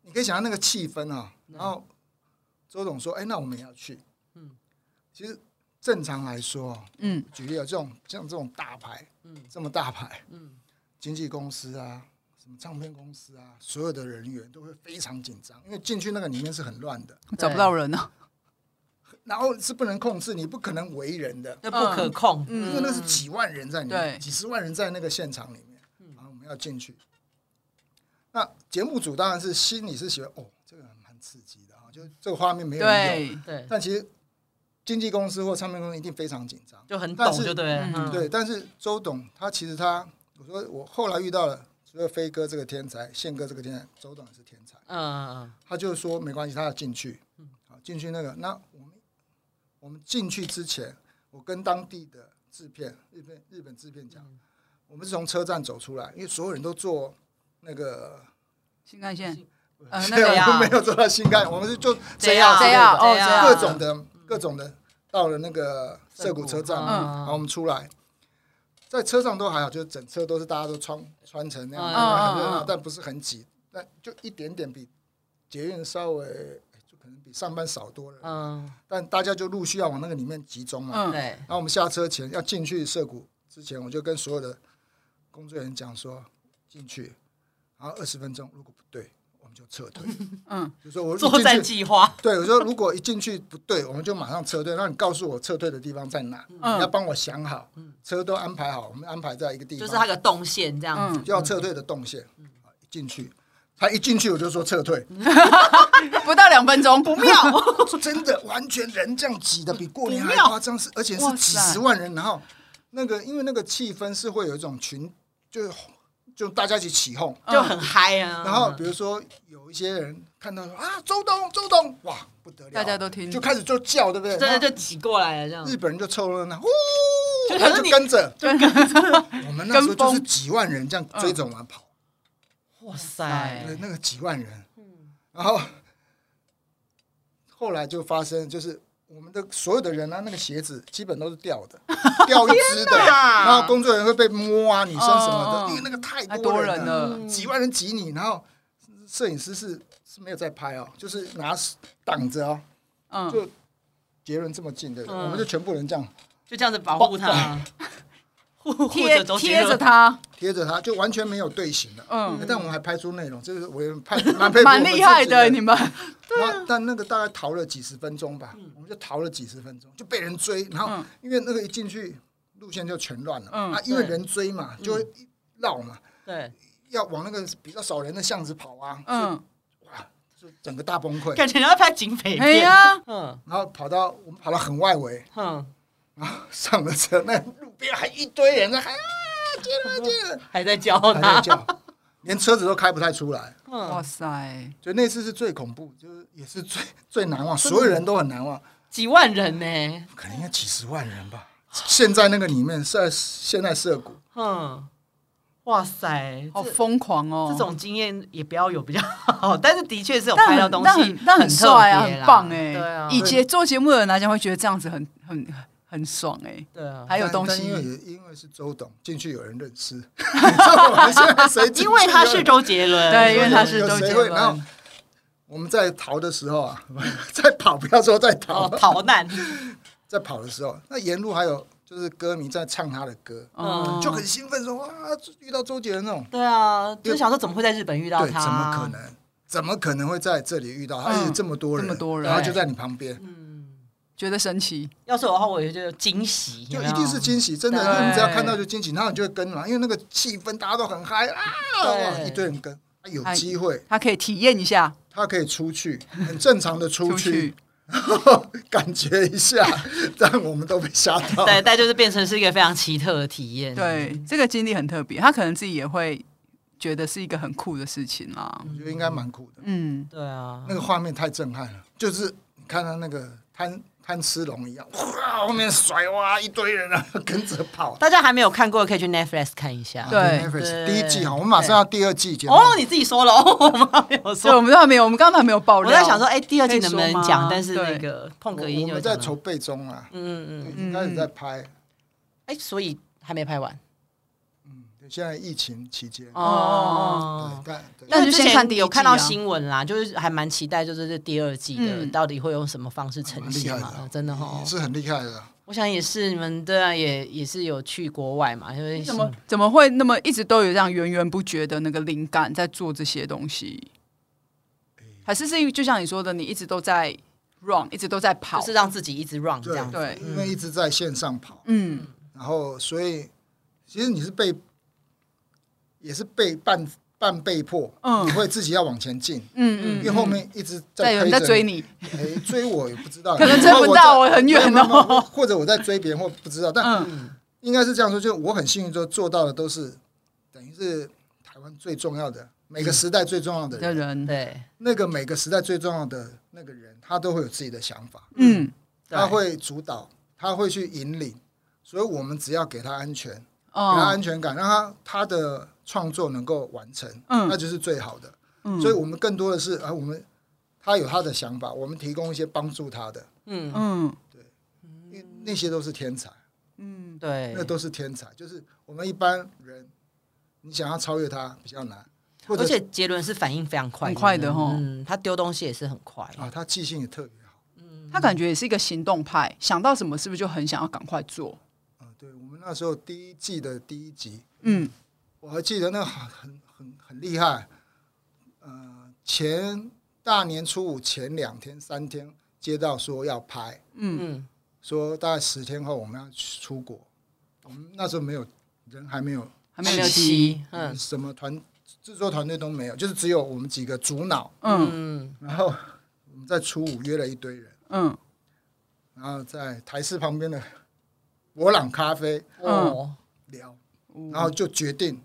[SPEAKER 3] 你可以想象那个气氛啊。然后周董说：“哎，那我们也要去。”嗯
[SPEAKER 1] 嗯，
[SPEAKER 3] 其实正常来说哦，
[SPEAKER 2] 嗯
[SPEAKER 3] 举例啊，这种像这种大牌，
[SPEAKER 1] 嗯
[SPEAKER 3] 这么大牌，
[SPEAKER 1] 嗯
[SPEAKER 3] 经纪公司啊，什么唱片公司啊，所有的人员都会非常紧张，因为进去那个里面是很乱的，
[SPEAKER 2] 找不到人呢、
[SPEAKER 3] 然后是不能控制，你不可能围人的，
[SPEAKER 1] 那不可控。
[SPEAKER 3] 因为那是几万人在里
[SPEAKER 2] 嗯对嗯
[SPEAKER 3] 面，几十万人在那个现场里面，然后我们要进去。那节目组当然是心里是喜欢哦，这个蛮刺激的啊，就这个画面没有人有，
[SPEAKER 2] 对，
[SPEAKER 1] 对，
[SPEAKER 3] 但其实经纪公司或唱片公司一定非常紧张。
[SPEAKER 1] 就很
[SPEAKER 3] 但
[SPEAKER 1] 懂，
[SPEAKER 3] 是
[SPEAKER 1] 就对了。
[SPEAKER 2] 嗯
[SPEAKER 1] 嗯，
[SPEAKER 3] 对，但是周董他其实他，我说我后来遇到了，除了飞哥这个天才，宪哥这个天才，周董也是天才。
[SPEAKER 1] 嗯，嗯
[SPEAKER 3] 他就说没关系，他要进去，好进去那个。那我们我们进去之前，我跟当地的制片日本日本制片讲，我们是从车站走出来，因为所有人都坐那个，
[SPEAKER 2] 新干线
[SPEAKER 1] 新，
[SPEAKER 2] 呃，那
[SPEAKER 3] 对，
[SPEAKER 2] 个
[SPEAKER 1] 呀
[SPEAKER 3] 我们没有坐到新干，我们是坐 JR
[SPEAKER 2] 这
[SPEAKER 3] 之类
[SPEAKER 2] 样
[SPEAKER 3] 的
[SPEAKER 1] 这
[SPEAKER 2] 哦这样
[SPEAKER 3] 各种的各种的，到了那个涩谷车站，
[SPEAKER 1] 嗯
[SPEAKER 3] 然后我们出来，在车上都还好，就是整车都是大家都穿穿成那样，
[SPEAKER 1] 嗯
[SPEAKER 3] 然后很热
[SPEAKER 2] 嗯
[SPEAKER 3] 闹，
[SPEAKER 2] 嗯
[SPEAKER 3] 但不是很挤，那就一点点比捷运稍微哎就可能比上班少多了，
[SPEAKER 1] 嗯，
[SPEAKER 3] 但大家就陆续要往那个里面集中嘛。
[SPEAKER 2] 嗯，
[SPEAKER 1] 对，
[SPEAKER 3] 然后我们下车前要进去涩谷之前，我就跟所有的工作人员讲说进去，然后二十分钟如果不对，我们就撤退。
[SPEAKER 2] 嗯，
[SPEAKER 3] 就说我
[SPEAKER 1] 作战
[SPEAKER 3] 进去。
[SPEAKER 1] 计划。
[SPEAKER 3] 对，我说如果一进去不对，我们就马上撤退。那你告诉我撤退的地方在哪？
[SPEAKER 2] 嗯
[SPEAKER 3] 你要帮我想好，车都安排好，我们安排在一个地
[SPEAKER 1] 就
[SPEAKER 3] 方，
[SPEAKER 1] 是它的动线这样子，
[SPEAKER 3] 就要撤退的动线。好一进去，他一进去我就说撤退，
[SPEAKER 2] 不到两分 钟，不妙，
[SPEAKER 3] 真的完全人这样挤的比过年
[SPEAKER 1] 不
[SPEAKER 3] 还
[SPEAKER 1] 妙
[SPEAKER 3] 夸张，是而且是
[SPEAKER 2] 哇
[SPEAKER 3] 几
[SPEAKER 2] 塞
[SPEAKER 3] 十万人，然后那个因为那个气氛是会有一种群，就是就大家一起起哄。
[SPEAKER 2] 嗯
[SPEAKER 1] 就很嗨啊。
[SPEAKER 3] 嗯然后，比如说有一些人看到说啊，周董，周董，哇，不得了，
[SPEAKER 2] 大家都听
[SPEAKER 3] 就开始就叫，对不对？
[SPEAKER 1] 真的
[SPEAKER 3] 然后
[SPEAKER 1] 就挤过来了这样。
[SPEAKER 2] 嗯
[SPEAKER 3] 日本人就凑热闹，呼，
[SPEAKER 1] 就
[SPEAKER 3] 然后
[SPEAKER 1] 可是你
[SPEAKER 3] 就跟着，就跟 着。我们那时候
[SPEAKER 2] 跟风
[SPEAKER 3] 就是几万人这样追着我们跑，
[SPEAKER 1] 哇
[SPEAKER 2] 嗯
[SPEAKER 1] 塞
[SPEAKER 2] 哎
[SPEAKER 3] 对，那个几万人，然后后来就发生，就是我们的所有的人啊，那个鞋子基本都是掉 的，掉一只的，然后工作人员会被摸啊，女生什么
[SPEAKER 2] 嗯嗯
[SPEAKER 3] 的，因为那个太
[SPEAKER 2] 太多人
[SPEAKER 3] 人
[SPEAKER 2] 了，
[SPEAKER 3] 几万人挤你，然后摄影师是是没有在拍哦，就是拿挡着哦，
[SPEAKER 2] 嗯，
[SPEAKER 3] 就杰伦这么近的人，
[SPEAKER 1] 嗯
[SPEAKER 3] 我们就全部人这样
[SPEAKER 1] 就这样子保护他， 护护
[SPEAKER 2] 贴
[SPEAKER 1] 着周杰
[SPEAKER 2] 贴着
[SPEAKER 1] 伦。
[SPEAKER 2] 他，
[SPEAKER 3] 贴着他，就完全没有队形了。
[SPEAKER 2] 嗯，
[SPEAKER 3] 但我们还拍出内容，这个我也蛮 蛮佩服，
[SPEAKER 2] 蛮厉害的，你
[SPEAKER 3] 们。
[SPEAKER 2] 们，
[SPEAKER 3] 那但那个大概逃了几十分钟吧，我们就逃了几十分钟，就被人追，然后
[SPEAKER 2] 嗯
[SPEAKER 3] 因为那个一进去路线就全乱了，
[SPEAKER 2] 嗯
[SPEAKER 3] 啊，因为
[SPEAKER 1] 对
[SPEAKER 3] 人追嘛，就会绕嘛，
[SPEAKER 1] 对，
[SPEAKER 3] 要往那个比较少人的巷子跑啊，
[SPEAKER 2] 嗯，
[SPEAKER 3] 哇，就整个大崩溃。
[SPEAKER 1] 感觉你要拍警匪
[SPEAKER 2] 哎
[SPEAKER 1] 片。
[SPEAKER 2] 呀，
[SPEAKER 1] 嗯
[SPEAKER 3] 然后跑到我们跑到很外围，
[SPEAKER 1] 哼，
[SPEAKER 3] 然后上了车，那路边还一堆人在喊啊，接了接 了，
[SPEAKER 1] 还在教
[SPEAKER 3] 还在
[SPEAKER 1] 他。
[SPEAKER 3] 叫，连车子都开不太出来。
[SPEAKER 2] 哇
[SPEAKER 1] 嗯，
[SPEAKER 2] 塞，
[SPEAKER 3] 就那次是最恐怖，就是也是最最难忘，所有人都很难忘，
[SPEAKER 1] 几万人呢？
[SPEAKER 3] 可能应该几十万人吧。现在那个里面是在现在涉谷，
[SPEAKER 1] 嗯，哇塞，
[SPEAKER 2] 好
[SPEAKER 1] 这
[SPEAKER 2] 疯狂哦，
[SPEAKER 1] 这种经验也不要有比较好， 但是的确是有
[SPEAKER 2] 但
[SPEAKER 1] 拍
[SPEAKER 2] 很
[SPEAKER 1] 到东
[SPEAKER 2] 但
[SPEAKER 1] 西
[SPEAKER 2] 很，但很帅啊，
[SPEAKER 1] 特别
[SPEAKER 2] 很
[SPEAKER 1] 啦
[SPEAKER 2] 棒哎、
[SPEAKER 1] 对啊，
[SPEAKER 2] 以前做节目的人来讲，会觉得这样子很很很爽哎、
[SPEAKER 1] 对啊，
[SPEAKER 2] 还有东
[SPEAKER 3] 但但因为
[SPEAKER 2] 西，
[SPEAKER 3] 也因为是周董进去有人认 识，我们现在谁 进去
[SPEAKER 1] 因为他是
[SPEAKER 3] 有
[SPEAKER 1] 周杰伦，
[SPEAKER 2] 对，因为他是
[SPEAKER 3] 有
[SPEAKER 2] 周杰
[SPEAKER 3] 谁会然
[SPEAKER 2] 伦
[SPEAKER 3] 后，我们在逃的时候啊， 在跑不要说在逃
[SPEAKER 1] 哦，逃 难，
[SPEAKER 3] 在跑的时候，那沿路还有就是歌迷在唱他的歌，
[SPEAKER 2] 哦
[SPEAKER 1] 嗯，
[SPEAKER 3] 就很兴奋说哇，遇到周杰伦那种，
[SPEAKER 1] 对啊，就是想说怎么会在日本遇到
[SPEAKER 3] 对，
[SPEAKER 1] 他？
[SPEAKER 3] 怎么可？能？怎么可能会在这里遇到
[SPEAKER 2] 嗯
[SPEAKER 3] 他？而且这么多人，
[SPEAKER 2] 这么多人
[SPEAKER 3] 然后就在你旁边，
[SPEAKER 1] 嗯，
[SPEAKER 2] 觉得神奇，
[SPEAKER 1] 要是我的话，我也觉得惊喜，
[SPEAKER 3] 就
[SPEAKER 1] 有没
[SPEAKER 3] 一
[SPEAKER 1] 有
[SPEAKER 3] 定是惊喜，真的，
[SPEAKER 1] 啊对
[SPEAKER 3] 因为你只要看到就惊喜，然后你就会跟嘛，因为那个气氛大家都很嗨啊，
[SPEAKER 1] 对
[SPEAKER 3] 哇一堆人跟，有机会
[SPEAKER 2] 他可以体验一下
[SPEAKER 3] 他可以出去，很正常的出
[SPEAKER 2] 出去
[SPEAKER 3] 去，然后 感觉一下，让我们都被吓到。
[SPEAKER 1] 对，但就是变成是一个非常奇特的体验。
[SPEAKER 2] 对，这个经历很特别，他可能自己也会觉得是一个很酷的事情啦。
[SPEAKER 3] 我觉得应该蛮酷的，
[SPEAKER 2] 嗯，
[SPEAKER 1] 对啊，
[SPEAKER 3] 那个画面太震撼了，就是你看他那个贪贪吃龙一样，哇，后面甩哇一堆人啊，跟着跑。
[SPEAKER 1] 大家还没有看过的可以去 Netflix 看一下。
[SPEAKER 2] 对
[SPEAKER 3] Netflix
[SPEAKER 1] 对
[SPEAKER 3] 啊第一季哈，我们马上要第二季节目。
[SPEAKER 1] 哦，你自己说了，哦， 我们还没有
[SPEAKER 2] 所以
[SPEAKER 1] 说。
[SPEAKER 2] 我们都还没有，我们刚刚还没有爆料。
[SPEAKER 1] 我在想说，哎，第二
[SPEAKER 2] 可
[SPEAKER 1] 季
[SPEAKER 2] 以
[SPEAKER 1] 能不
[SPEAKER 2] 说
[SPEAKER 1] 能
[SPEAKER 2] 吗
[SPEAKER 1] 讲？但是
[SPEAKER 2] 对
[SPEAKER 1] 那个碰
[SPEAKER 3] 我
[SPEAKER 1] 哥已经
[SPEAKER 3] 我
[SPEAKER 1] 有
[SPEAKER 3] 们
[SPEAKER 1] 讲
[SPEAKER 3] 在
[SPEAKER 1] 了
[SPEAKER 3] 筹备中啊，
[SPEAKER 1] 嗯嗯嗯，
[SPEAKER 3] 应该也在拍。
[SPEAKER 1] 哎，所以还没拍完
[SPEAKER 3] 现在疫情期间，对，
[SPEAKER 1] 哦。
[SPEAKER 3] 但对
[SPEAKER 2] 哦那就
[SPEAKER 1] 之
[SPEAKER 2] 先
[SPEAKER 1] 前
[SPEAKER 2] 看第一
[SPEAKER 1] 有
[SPEAKER 2] 季
[SPEAKER 1] 看到
[SPEAKER 2] 啊
[SPEAKER 1] 新闻啦，就是还蛮期待，就是这第二季的
[SPEAKER 2] 嗯
[SPEAKER 1] 到底会用什么方式呈
[SPEAKER 3] 蛮厉
[SPEAKER 1] 现
[SPEAKER 3] 害的
[SPEAKER 1] 嘛？真的哦
[SPEAKER 3] 也，是很厉害的。
[SPEAKER 1] 我想也是，你们对啊，也也是有去国外嘛，因为
[SPEAKER 2] 怎么怎么会那么一直都有这样源源不绝的那个灵感在做这些东西？还是是因为就像你说的，你一直都在 run，一直都在跑
[SPEAKER 1] 就，是让自己一直 run 这样子。
[SPEAKER 2] 对，
[SPEAKER 3] 因为一直在线上跑，
[SPEAKER 2] 嗯，
[SPEAKER 3] 然后所以其实你是被，也是被半半被迫，
[SPEAKER 2] 嗯
[SPEAKER 3] 你会自己要往前进，
[SPEAKER 2] 嗯
[SPEAKER 3] 因
[SPEAKER 2] 嗯，
[SPEAKER 3] 为后面一直
[SPEAKER 2] 在有人在追
[SPEAKER 3] 推着
[SPEAKER 2] 你，
[SPEAKER 3] 你，哎，追我也不知道，
[SPEAKER 2] 可能追不到我很远哦
[SPEAKER 3] 没有没有 没有或者我在追别人或不知道，但
[SPEAKER 2] 嗯
[SPEAKER 3] 应该是这样说，就我很幸运，就做到的都是等于是台湾最重要的每个时代最重要的
[SPEAKER 2] 的
[SPEAKER 3] 人，
[SPEAKER 2] 人，
[SPEAKER 1] 对
[SPEAKER 3] 那个每个时代最重要的那个人，他都会有自己的想法，
[SPEAKER 2] 嗯
[SPEAKER 1] 对
[SPEAKER 3] 他会主导，他会去引领，所以我们只要给他安全，给他
[SPEAKER 2] 哦
[SPEAKER 3] 安全感，让他他的创作能够完成，
[SPEAKER 2] 嗯
[SPEAKER 3] 那就是最好的。
[SPEAKER 2] 嗯
[SPEAKER 3] 所以我们更多的是啊，我们他有他的想法，我们提供一些帮助他的，
[SPEAKER 1] 嗯
[SPEAKER 2] 嗯
[SPEAKER 3] 因为那些都是天才，
[SPEAKER 2] 嗯
[SPEAKER 1] 对，
[SPEAKER 3] 那都是天才，就是我们一般人，你想要超越他比较难，或者
[SPEAKER 1] 而且杰伦是反应非常快，
[SPEAKER 2] 很快的哦
[SPEAKER 1] 嗯，他丢东西也是很快，
[SPEAKER 3] 啊，他记性也特别好。
[SPEAKER 1] 嗯
[SPEAKER 2] 他感觉也是一个行动派，想到什么是不是就很想要赶快做？
[SPEAKER 3] 啊，对我们那时候第一季的第一集，
[SPEAKER 2] 嗯
[SPEAKER 3] 我还记得那个很很很很厉害，呃，前大年初五前两天三天接到说要拍，
[SPEAKER 2] 嗯
[SPEAKER 1] 嗯，
[SPEAKER 3] 说大概十天后我们要去出国，我们那时候没有人还没有，
[SPEAKER 2] 还
[SPEAKER 1] 没
[SPEAKER 2] 没
[SPEAKER 1] 有
[SPEAKER 2] 有
[SPEAKER 1] 七，嗯
[SPEAKER 3] 什么团制作团队都没有，就是只有我们几个主脑，
[SPEAKER 2] 嗯
[SPEAKER 1] 嗯，
[SPEAKER 3] 然后我们在初五约了一堆人，
[SPEAKER 2] 嗯
[SPEAKER 3] 然后在台式旁边的 博朗咖啡
[SPEAKER 2] 嗯
[SPEAKER 1] 哦，
[SPEAKER 3] 聊，然后就决定，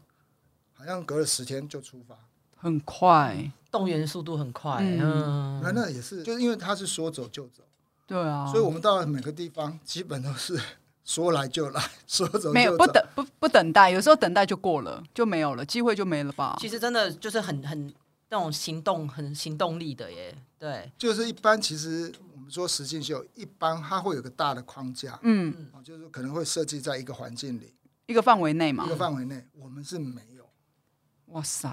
[SPEAKER 3] 好像隔了十天就出发。
[SPEAKER 2] 很快，
[SPEAKER 1] 动员速度很快，
[SPEAKER 3] 那
[SPEAKER 1] 嗯，
[SPEAKER 3] 那也是，就是因为他是说走就走，
[SPEAKER 2] 对啊，
[SPEAKER 3] 所以我们到了每个地方基本都是 说来就来， 说走就走。
[SPEAKER 2] 没有不等不不等待，有时候等待就过了，就没有了，机会就没了吧？
[SPEAKER 1] 其实真的就是很很那种行动很行动力的耶，对，
[SPEAKER 3] 就是一般其实我们说实境秀，一般它会有个大的框架，
[SPEAKER 2] 嗯，
[SPEAKER 3] 啊就是可能会设计在一个环境里、
[SPEAKER 2] 一个范围内嘛
[SPEAKER 3] 一。个范围内，我们是没有，
[SPEAKER 2] 哇塞，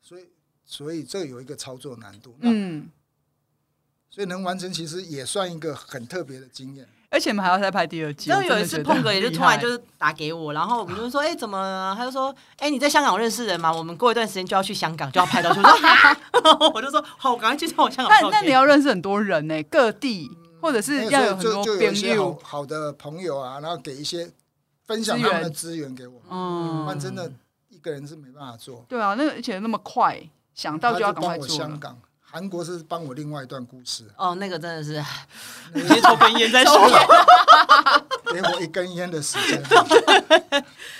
[SPEAKER 3] 所以所以这有一个操作难度。那
[SPEAKER 2] 嗯，
[SPEAKER 3] 所以能完成其实也算一个很特别的经验。
[SPEAKER 2] 而且我们还要再拍第二季。
[SPEAKER 1] 然后
[SPEAKER 2] 我真
[SPEAKER 1] 有
[SPEAKER 2] 的
[SPEAKER 1] 一次
[SPEAKER 2] 觉得
[SPEAKER 1] 碰哥也是
[SPEAKER 2] 很厉
[SPEAKER 1] 突
[SPEAKER 2] 害
[SPEAKER 1] 然就是打给我，然后我们就说，哎，怎么了？他就说，哎，你在香港认识人吗？我们过一段时间就要去香港，就要 拍到，我就说，哈然后我就说， 好，我赶快去找我香港
[SPEAKER 2] 那
[SPEAKER 1] 照
[SPEAKER 2] 那
[SPEAKER 1] 片，
[SPEAKER 2] 你要认识很多人呢、各地或者
[SPEAKER 3] 那
[SPEAKER 2] 是
[SPEAKER 3] 有
[SPEAKER 2] 要
[SPEAKER 3] 时候
[SPEAKER 2] 很
[SPEAKER 3] 就
[SPEAKER 2] 多
[SPEAKER 3] 就有一
[SPEAKER 2] 朋
[SPEAKER 3] 些好
[SPEAKER 2] 友。
[SPEAKER 3] 好的朋友啊，然后给一些分享他们的资源给我们，不然
[SPEAKER 2] 嗯，
[SPEAKER 3] 真的一个人是没办法做。
[SPEAKER 2] 对啊，那个而且那么快，想到
[SPEAKER 3] 他
[SPEAKER 2] 就要赶快
[SPEAKER 3] 帮我
[SPEAKER 2] 做
[SPEAKER 3] 香
[SPEAKER 2] 了。
[SPEAKER 3] 港、韩国是帮我另外一段故事
[SPEAKER 1] 哦，那个真的是，你先抽根烟再说。
[SPEAKER 3] 给我一根烟的时 间。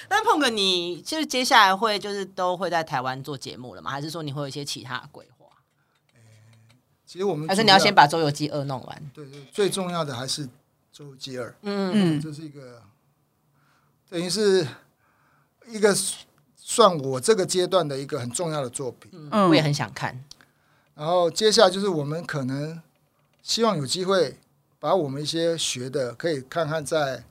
[SPEAKER 1] 但碰哥，你就是接下来会就是都会在台湾做节目了吗？还是说你会有一些其他的规划？
[SPEAKER 3] 其实我们
[SPEAKER 1] 还是你要
[SPEAKER 3] 主
[SPEAKER 1] 先把《周游记二》弄完？
[SPEAKER 3] 对对，最重要的还是周杰尔，
[SPEAKER 1] 嗯，
[SPEAKER 2] 嗯
[SPEAKER 3] 这是一个等于是一个算我这个阶段的一个很重要的作品。
[SPEAKER 1] 我也
[SPEAKER 2] 嗯
[SPEAKER 1] 很想看。
[SPEAKER 3] 然后接下来就是我们可能希望有机会把我们一些学的可以看看在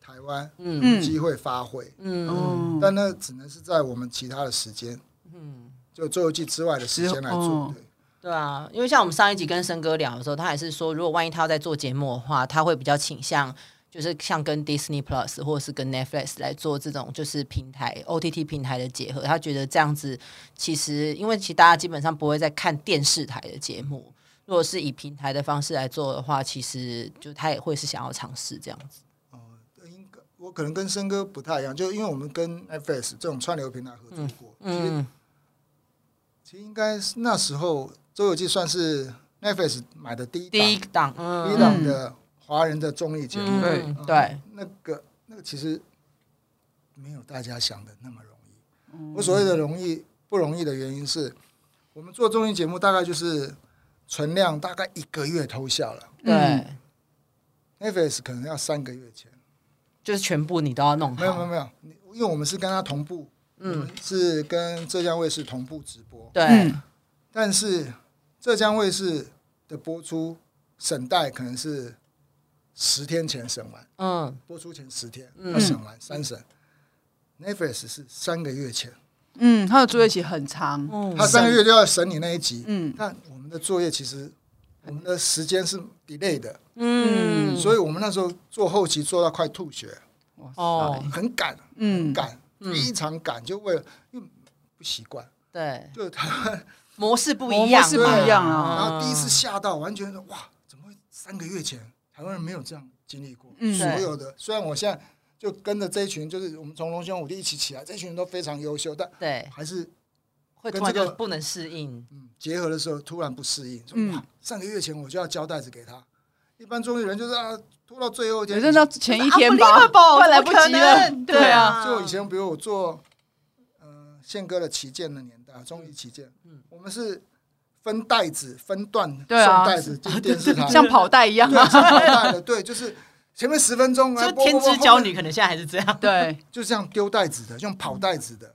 [SPEAKER 3] 台湾
[SPEAKER 1] 嗯
[SPEAKER 3] 有
[SPEAKER 2] 嗯
[SPEAKER 3] 机会发挥，
[SPEAKER 1] 嗯
[SPEAKER 2] 嗯，
[SPEAKER 3] 但那只能是在我们其他的时间，
[SPEAKER 1] 嗯，
[SPEAKER 3] 就周游记之外的时间来
[SPEAKER 2] 是
[SPEAKER 3] 做
[SPEAKER 2] 哦。
[SPEAKER 3] 对，
[SPEAKER 1] 对啊，因为像我们上一集跟森哥聊的时候，他还是说，如果万一他要在做节目的话，他会比较倾向。就是像跟 Disney Plus 或者是跟 Netflix 来做这种就是平台 OTT 平台的结合，他觉得这样子其实因为其实大家基本上不会再看电视台的节目，如果是以平台的方式来做的话，其实就他也会是想要尝试这样子。
[SPEAKER 3] 呃应该我可能跟森哥不太一样，就因为我们跟 FS 这种串流平台合作过，其实
[SPEAKER 1] 嗯，
[SPEAKER 3] 其实应该是那时候周游记算是 Netflix 买的第一档
[SPEAKER 1] 第一档，
[SPEAKER 3] 第一
[SPEAKER 1] 嗯，
[SPEAKER 3] 档的华人的综艺节目，
[SPEAKER 4] 对
[SPEAKER 1] 嗯
[SPEAKER 3] 嗯
[SPEAKER 1] 对，
[SPEAKER 3] 那个那个其实没有大家想的那么容
[SPEAKER 1] 嗯
[SPEAKER 3] 易。我所谓的容易不容易的原因是，我们做综艺节目大概就是存量大概一个月偷笑了
[SPEAKER 1] 对，
[SPEAKER 3] 嗯，Netflix 可能要三个月前。
[SPEAKER 1] 就是全部你都要弄
[SPEAKER 3] 没有没有
[SPEAKER 1] 好，
[SPEAKER 3] 没有，你因为我们是跟他同步，
[SPEAKER 1] 嗯，
[SPEAKER 3] 是跟浙江卫视同步直播，
[SPEAKER 1] 对，
[SPEAKER 2] 嗯
[SPEAKER 3] 但是浙江卫视的播出省代可能是十天前审完，
[SPEAKER 1] 嗯，
[SPEAKER 3] 播出前十天
[SPEAKER 1] 嗯
[SPEAKER 3] 要审完三审。Netflix 是三个月前，
[SPEAKER 2] 嗯，他的作业期很长，
[SPEAKER 1] 嗯
[SPEAKER 3] 他三个月就要审你那一集。
[SPEAKER 2] 嗯
[SPEAKER 3] 但我们的作业其实我们的时间是 delay 的，
[SPEAKER 1] 嗯，
[SPEAKER 3] 所以我们那时候做后期做到快吐血，
[SPEAKER 1] 哦，
[SPEAKER 3] 很赶，
[SPEAKER 2] 嗯，
[SPEAKER 3] 赶，
[SPEAKER 1] 嗯
[SPEAKER 3] 非常赶，就为了因为不习惯。
[SPEAKER 1] 对，
[SPEAKER 3] 就他，
[SPEAKER 1] 模式不一
[SPEAKER 2] 模
[SPEAKER 1] 样嘛，嗯
[SPEAKER 2] 式不一样啊
[SPEAKER 3] 然后第一次吓到，完全说哇，怎么会三个月前台湾人没有这样经历过？
[SPEAKER 2] 嗯
[SPEAKER 3] 所有的虽然我现在就跟着这一群，就是我们从龙兄虎弟一起起来，这一群人都非常优秀，但
[SPEAKER 1] 对，
[SPEAKER 3] 还是
[SPEAKER 1] 会
[SPEAKER 3] 跟
[SPEAKER 1] 突然
[SPEAKER 3] 这个
[SPEAKER 1] 就不能适应，
[SPEAKER 3] 嗯结合的时候突然不适应，说
[SPEAKER 2] 嗯
[SPEAKER 3] 哇，上个月前我就要交代子给他。一般综艺人就是啊，拖到最后一
[SPEAKER 2] 嗯有
[SPEAKER 3] 天。
[SPEAKER 2] 阵到前一天吧，
[SPEAKER 1] Unbelievable，
[SPEAKER 2] 快来不及了
[SPEAKER 1] 怎么可能，
[SPEAKER 2] 对啊，
[SPEAKER 3] 就以前比如我做呃宪哥的旗舰的年代，综艺旗舰，
[SPEAKER 1] 嗯
[SPEAKER 3] 我们是分袋子、分段送
[SPEAKER 2] 对啊
[SPEAKER 3] 袋子进电视台，
[SPEAKER 2] 像跑带一样，
[SPEAKER 3] 对，啊超大的，对，就是前面十分钟哎
[SPEAKER 1] 就
[SPEAKER 3] 来播
[SPEAKER 1] 天
[SPEAKER 3] 播播
[SPEAKER 1] 之骄
[SPEAKER 3] 后面
[SPEAKER 1] 女，可能现在还是这 样，
[SPEAKER 2] 对，
[SPEAKER 3] 就这样丢袋子的，这样跑袋子的，
[SPEAKER 2] 嗯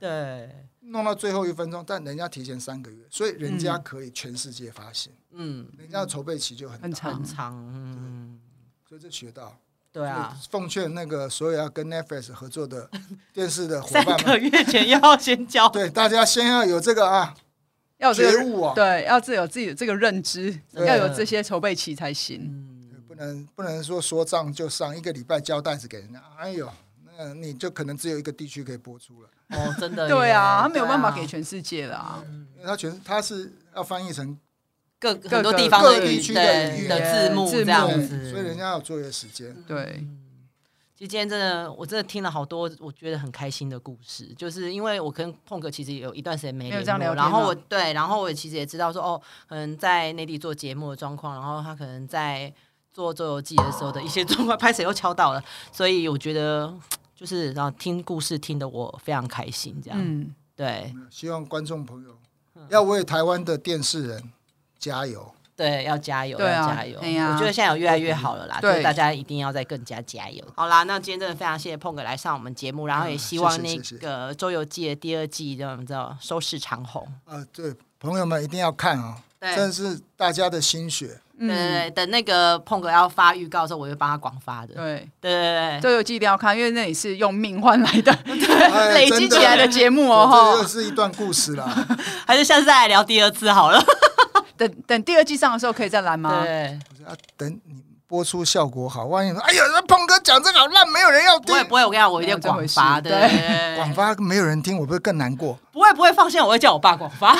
[SPEAKER 1] 对，
[SPEAKER 3] 弄到最后一分钟，但人家提前三个月，所以人
[SPEAKER 2] 嗯
[SPEAKER 3] 家可以全世界发行，
[SPEAKER 1] 嗯，
[SPEAKER 3] 人家的筹备期就很
[SPEAKER 2] 很
[SPEAKER 3] 大，
[SPEAKER 2] 长
[SPEAKER 1] 很，长，嗯，
[SPEAKER 3] 所以这学到。
[SPEAKER 1] 对啊，
[SPEAKER 3] 所以奉劝那个所有要跟 Netflix 合作的电视的伙
[SPEAKER 1] 三
[SPEAKER 3] 伴
[SPEAKER 1] 个
[SPEAKER 3] 们，
[SPEAKER 1] 月前要先交，
[SPEAKER 3] 对大家先要有这个啊
[SPEAKER 2] 要哦有这
[SPEAKER 3] 觉
[SPEAKER 2] 个
[SPEAKER 3] 悟啊，
[SPEAKER 2] 对，要自有自己的这个认知，
[SPEAKER 3] 对啊
[SPEAKER 2] 要有这些筹备期才行。
[SPEAKER 1] 嗯，
[SPEAKER 3] 不能不能说说上就上，一个礼拜交袋子给人家，哎呦，那你就可能只有一个地区可以播出了。
[SPEAKER 1] 哦，真的耶，
[SPEAKER 2] 对啊，他没有办法
[SPEAKER 1] 对啊嗯
[SPEAKER 2] 给全世界的啊。
[SPEAKER 3] 因为它全它是要翻译成
[SPEAKER 1] 各
[SPEAKER 2] 各
[SPEAKER 1] 很多地
[SPEAKER 2] 个
[SPEAKER 1] 方的
[SPEAKER 3] 各地
[SPEAKER 1] 语
[SPEAKER 3] 区的
[SPEAKER 1] 对
[SPEAKER 3] 语言
[SPEAKER 1] 的字幕
[SPEAKER 2] 字幕
[SPEAKER 1] 这样
[SPEAKER 3] 对
[SPEAKER 1] 子，
[SPEAKER 3] 所以人家有作业时
[SPEAKER 2] 嗯
[SPEAKER 3] 间。
[SPEAKER 2] 对，
[SPEAKER 1] 其实今天真的，我真的听了好多我觉得很开心的故事，就是因为我跟碰哥其实有一段时间没
[SPEAKER 2] 没有
[SPEAKER 1] 联
[SPEAKER 2] 这样
[SPEAKER 1] 络，
[SPEAKER 2] 聊
[SPEAKER 1] 然
[SPEAKER 2] 天
[SPEAKER 1] 后
[SPEAKER 2] 了
[SPEAKER 1] 我对，然后我其实也知道说，哦，可能在内地做节目的状况，然后他可能在做《周游记》的时候的一些 状况，拍谁又敲到了，所以我觉得就是然后听故事听得我非常开心，这样、
[SPEAKER 2] 嗯，
[SPEAKER 1] 对
[SPEAKER 3] 希望观众朋友要为台湾的电视人加油。
[SPEAKER 1] 对，要加油，
[SPEAKER 2] 对啊
[SPEAKER 1] 要加油，
[SPEAKER 2] 哎呀
[SPEAKER 1] 我觉得现在有越来越好了啦，就
[SPEAKER 2] 对
[SPEAKER 1] 是大家一定要再更加加油。好啦，那今天真的非常谢谢碰哥来上我们节目，然后也
[SPEAKER 3] 嗯
[SPEAKER 1] 希望
[SPEAKER 3] 谢谢
[SPEAKER 1] 那
[SPEAKER 3] 谢谢
[SPEAKER 1] 个《周游记》的第二季，让我们知道哦收视长虹。
[SPEAKER 3] 啊！对，朋友们一定要看啊、
[SPEAKER 1] 对
[SPEAKER 3] 真是大家的心血。
[SPEAKER 1] 对对
[SPEAKER 2] 嗯，
[SPEAKER 1] 对，等那个碰哥要发预告的时候，我就帮他广发的。对对
[SPEAKER 2] 对，
[SPEAKER 1] 对
[SPEAKER 2] 周游记一定要看，因为那里是用命换来 的，
[SPEAKER 3] 哎
[SPEAKER 2] 累积起来的节目哦。
[SPEAKER 3] 这又
[SPEAKER 2] 哈，
[SPEAKER 3] 是一段故事啦。
[SPEAKER 1] 对，还是下次再来聊第二次好了。
[SPEAKER 2] 等等第二季上的时候可以再来吗？
[SPEAKER 1] 对，
[SPEAKER 3] 不是啊，等你播出效果好，万一说哎呀，那鹏哥讲这个好烂，没有人要
[SPEAKER 1] 不
[SPEAKER 3] 听
[SPEAKER 1] 会，不会，我跟你讲，我一定
[SPEAKER 2] 没有这
[SPEAKER 1] 广
[SPEAKER 2] 回事
[SPEAKER 1] 发的。对
[SPEAKER 2] 对
[SPEAKER 1] 对对
[SPEAKER 3] 广发没有人听，我不是更难过？
[SPEAKER 1] 不会不会，放心，我会叫我爸广 发。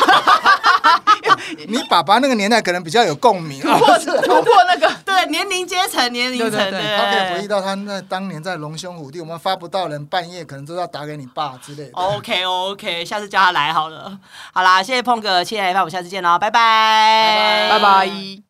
[SPEAKER 3] 你爸爸那个年代可能比较有共鸣 啊，
[SPEAKER 2] 或者突破那个，
[SPEAKER 1] 对，年龄阶层，年龄层，
[SPEAKER 2] 对对对
[SPEAKER 3] 他可以回忆到他那当年在龙兄虎弟，我们发不到人，半夜可能都要打给你爸之类的。
[SPEAKER 1] OK OK，下次叫他 哦来好了。好啦，谢谢碰哥，谢谢来我们下次见喽，拜拜，
[SPEAKER 2] 拜拜。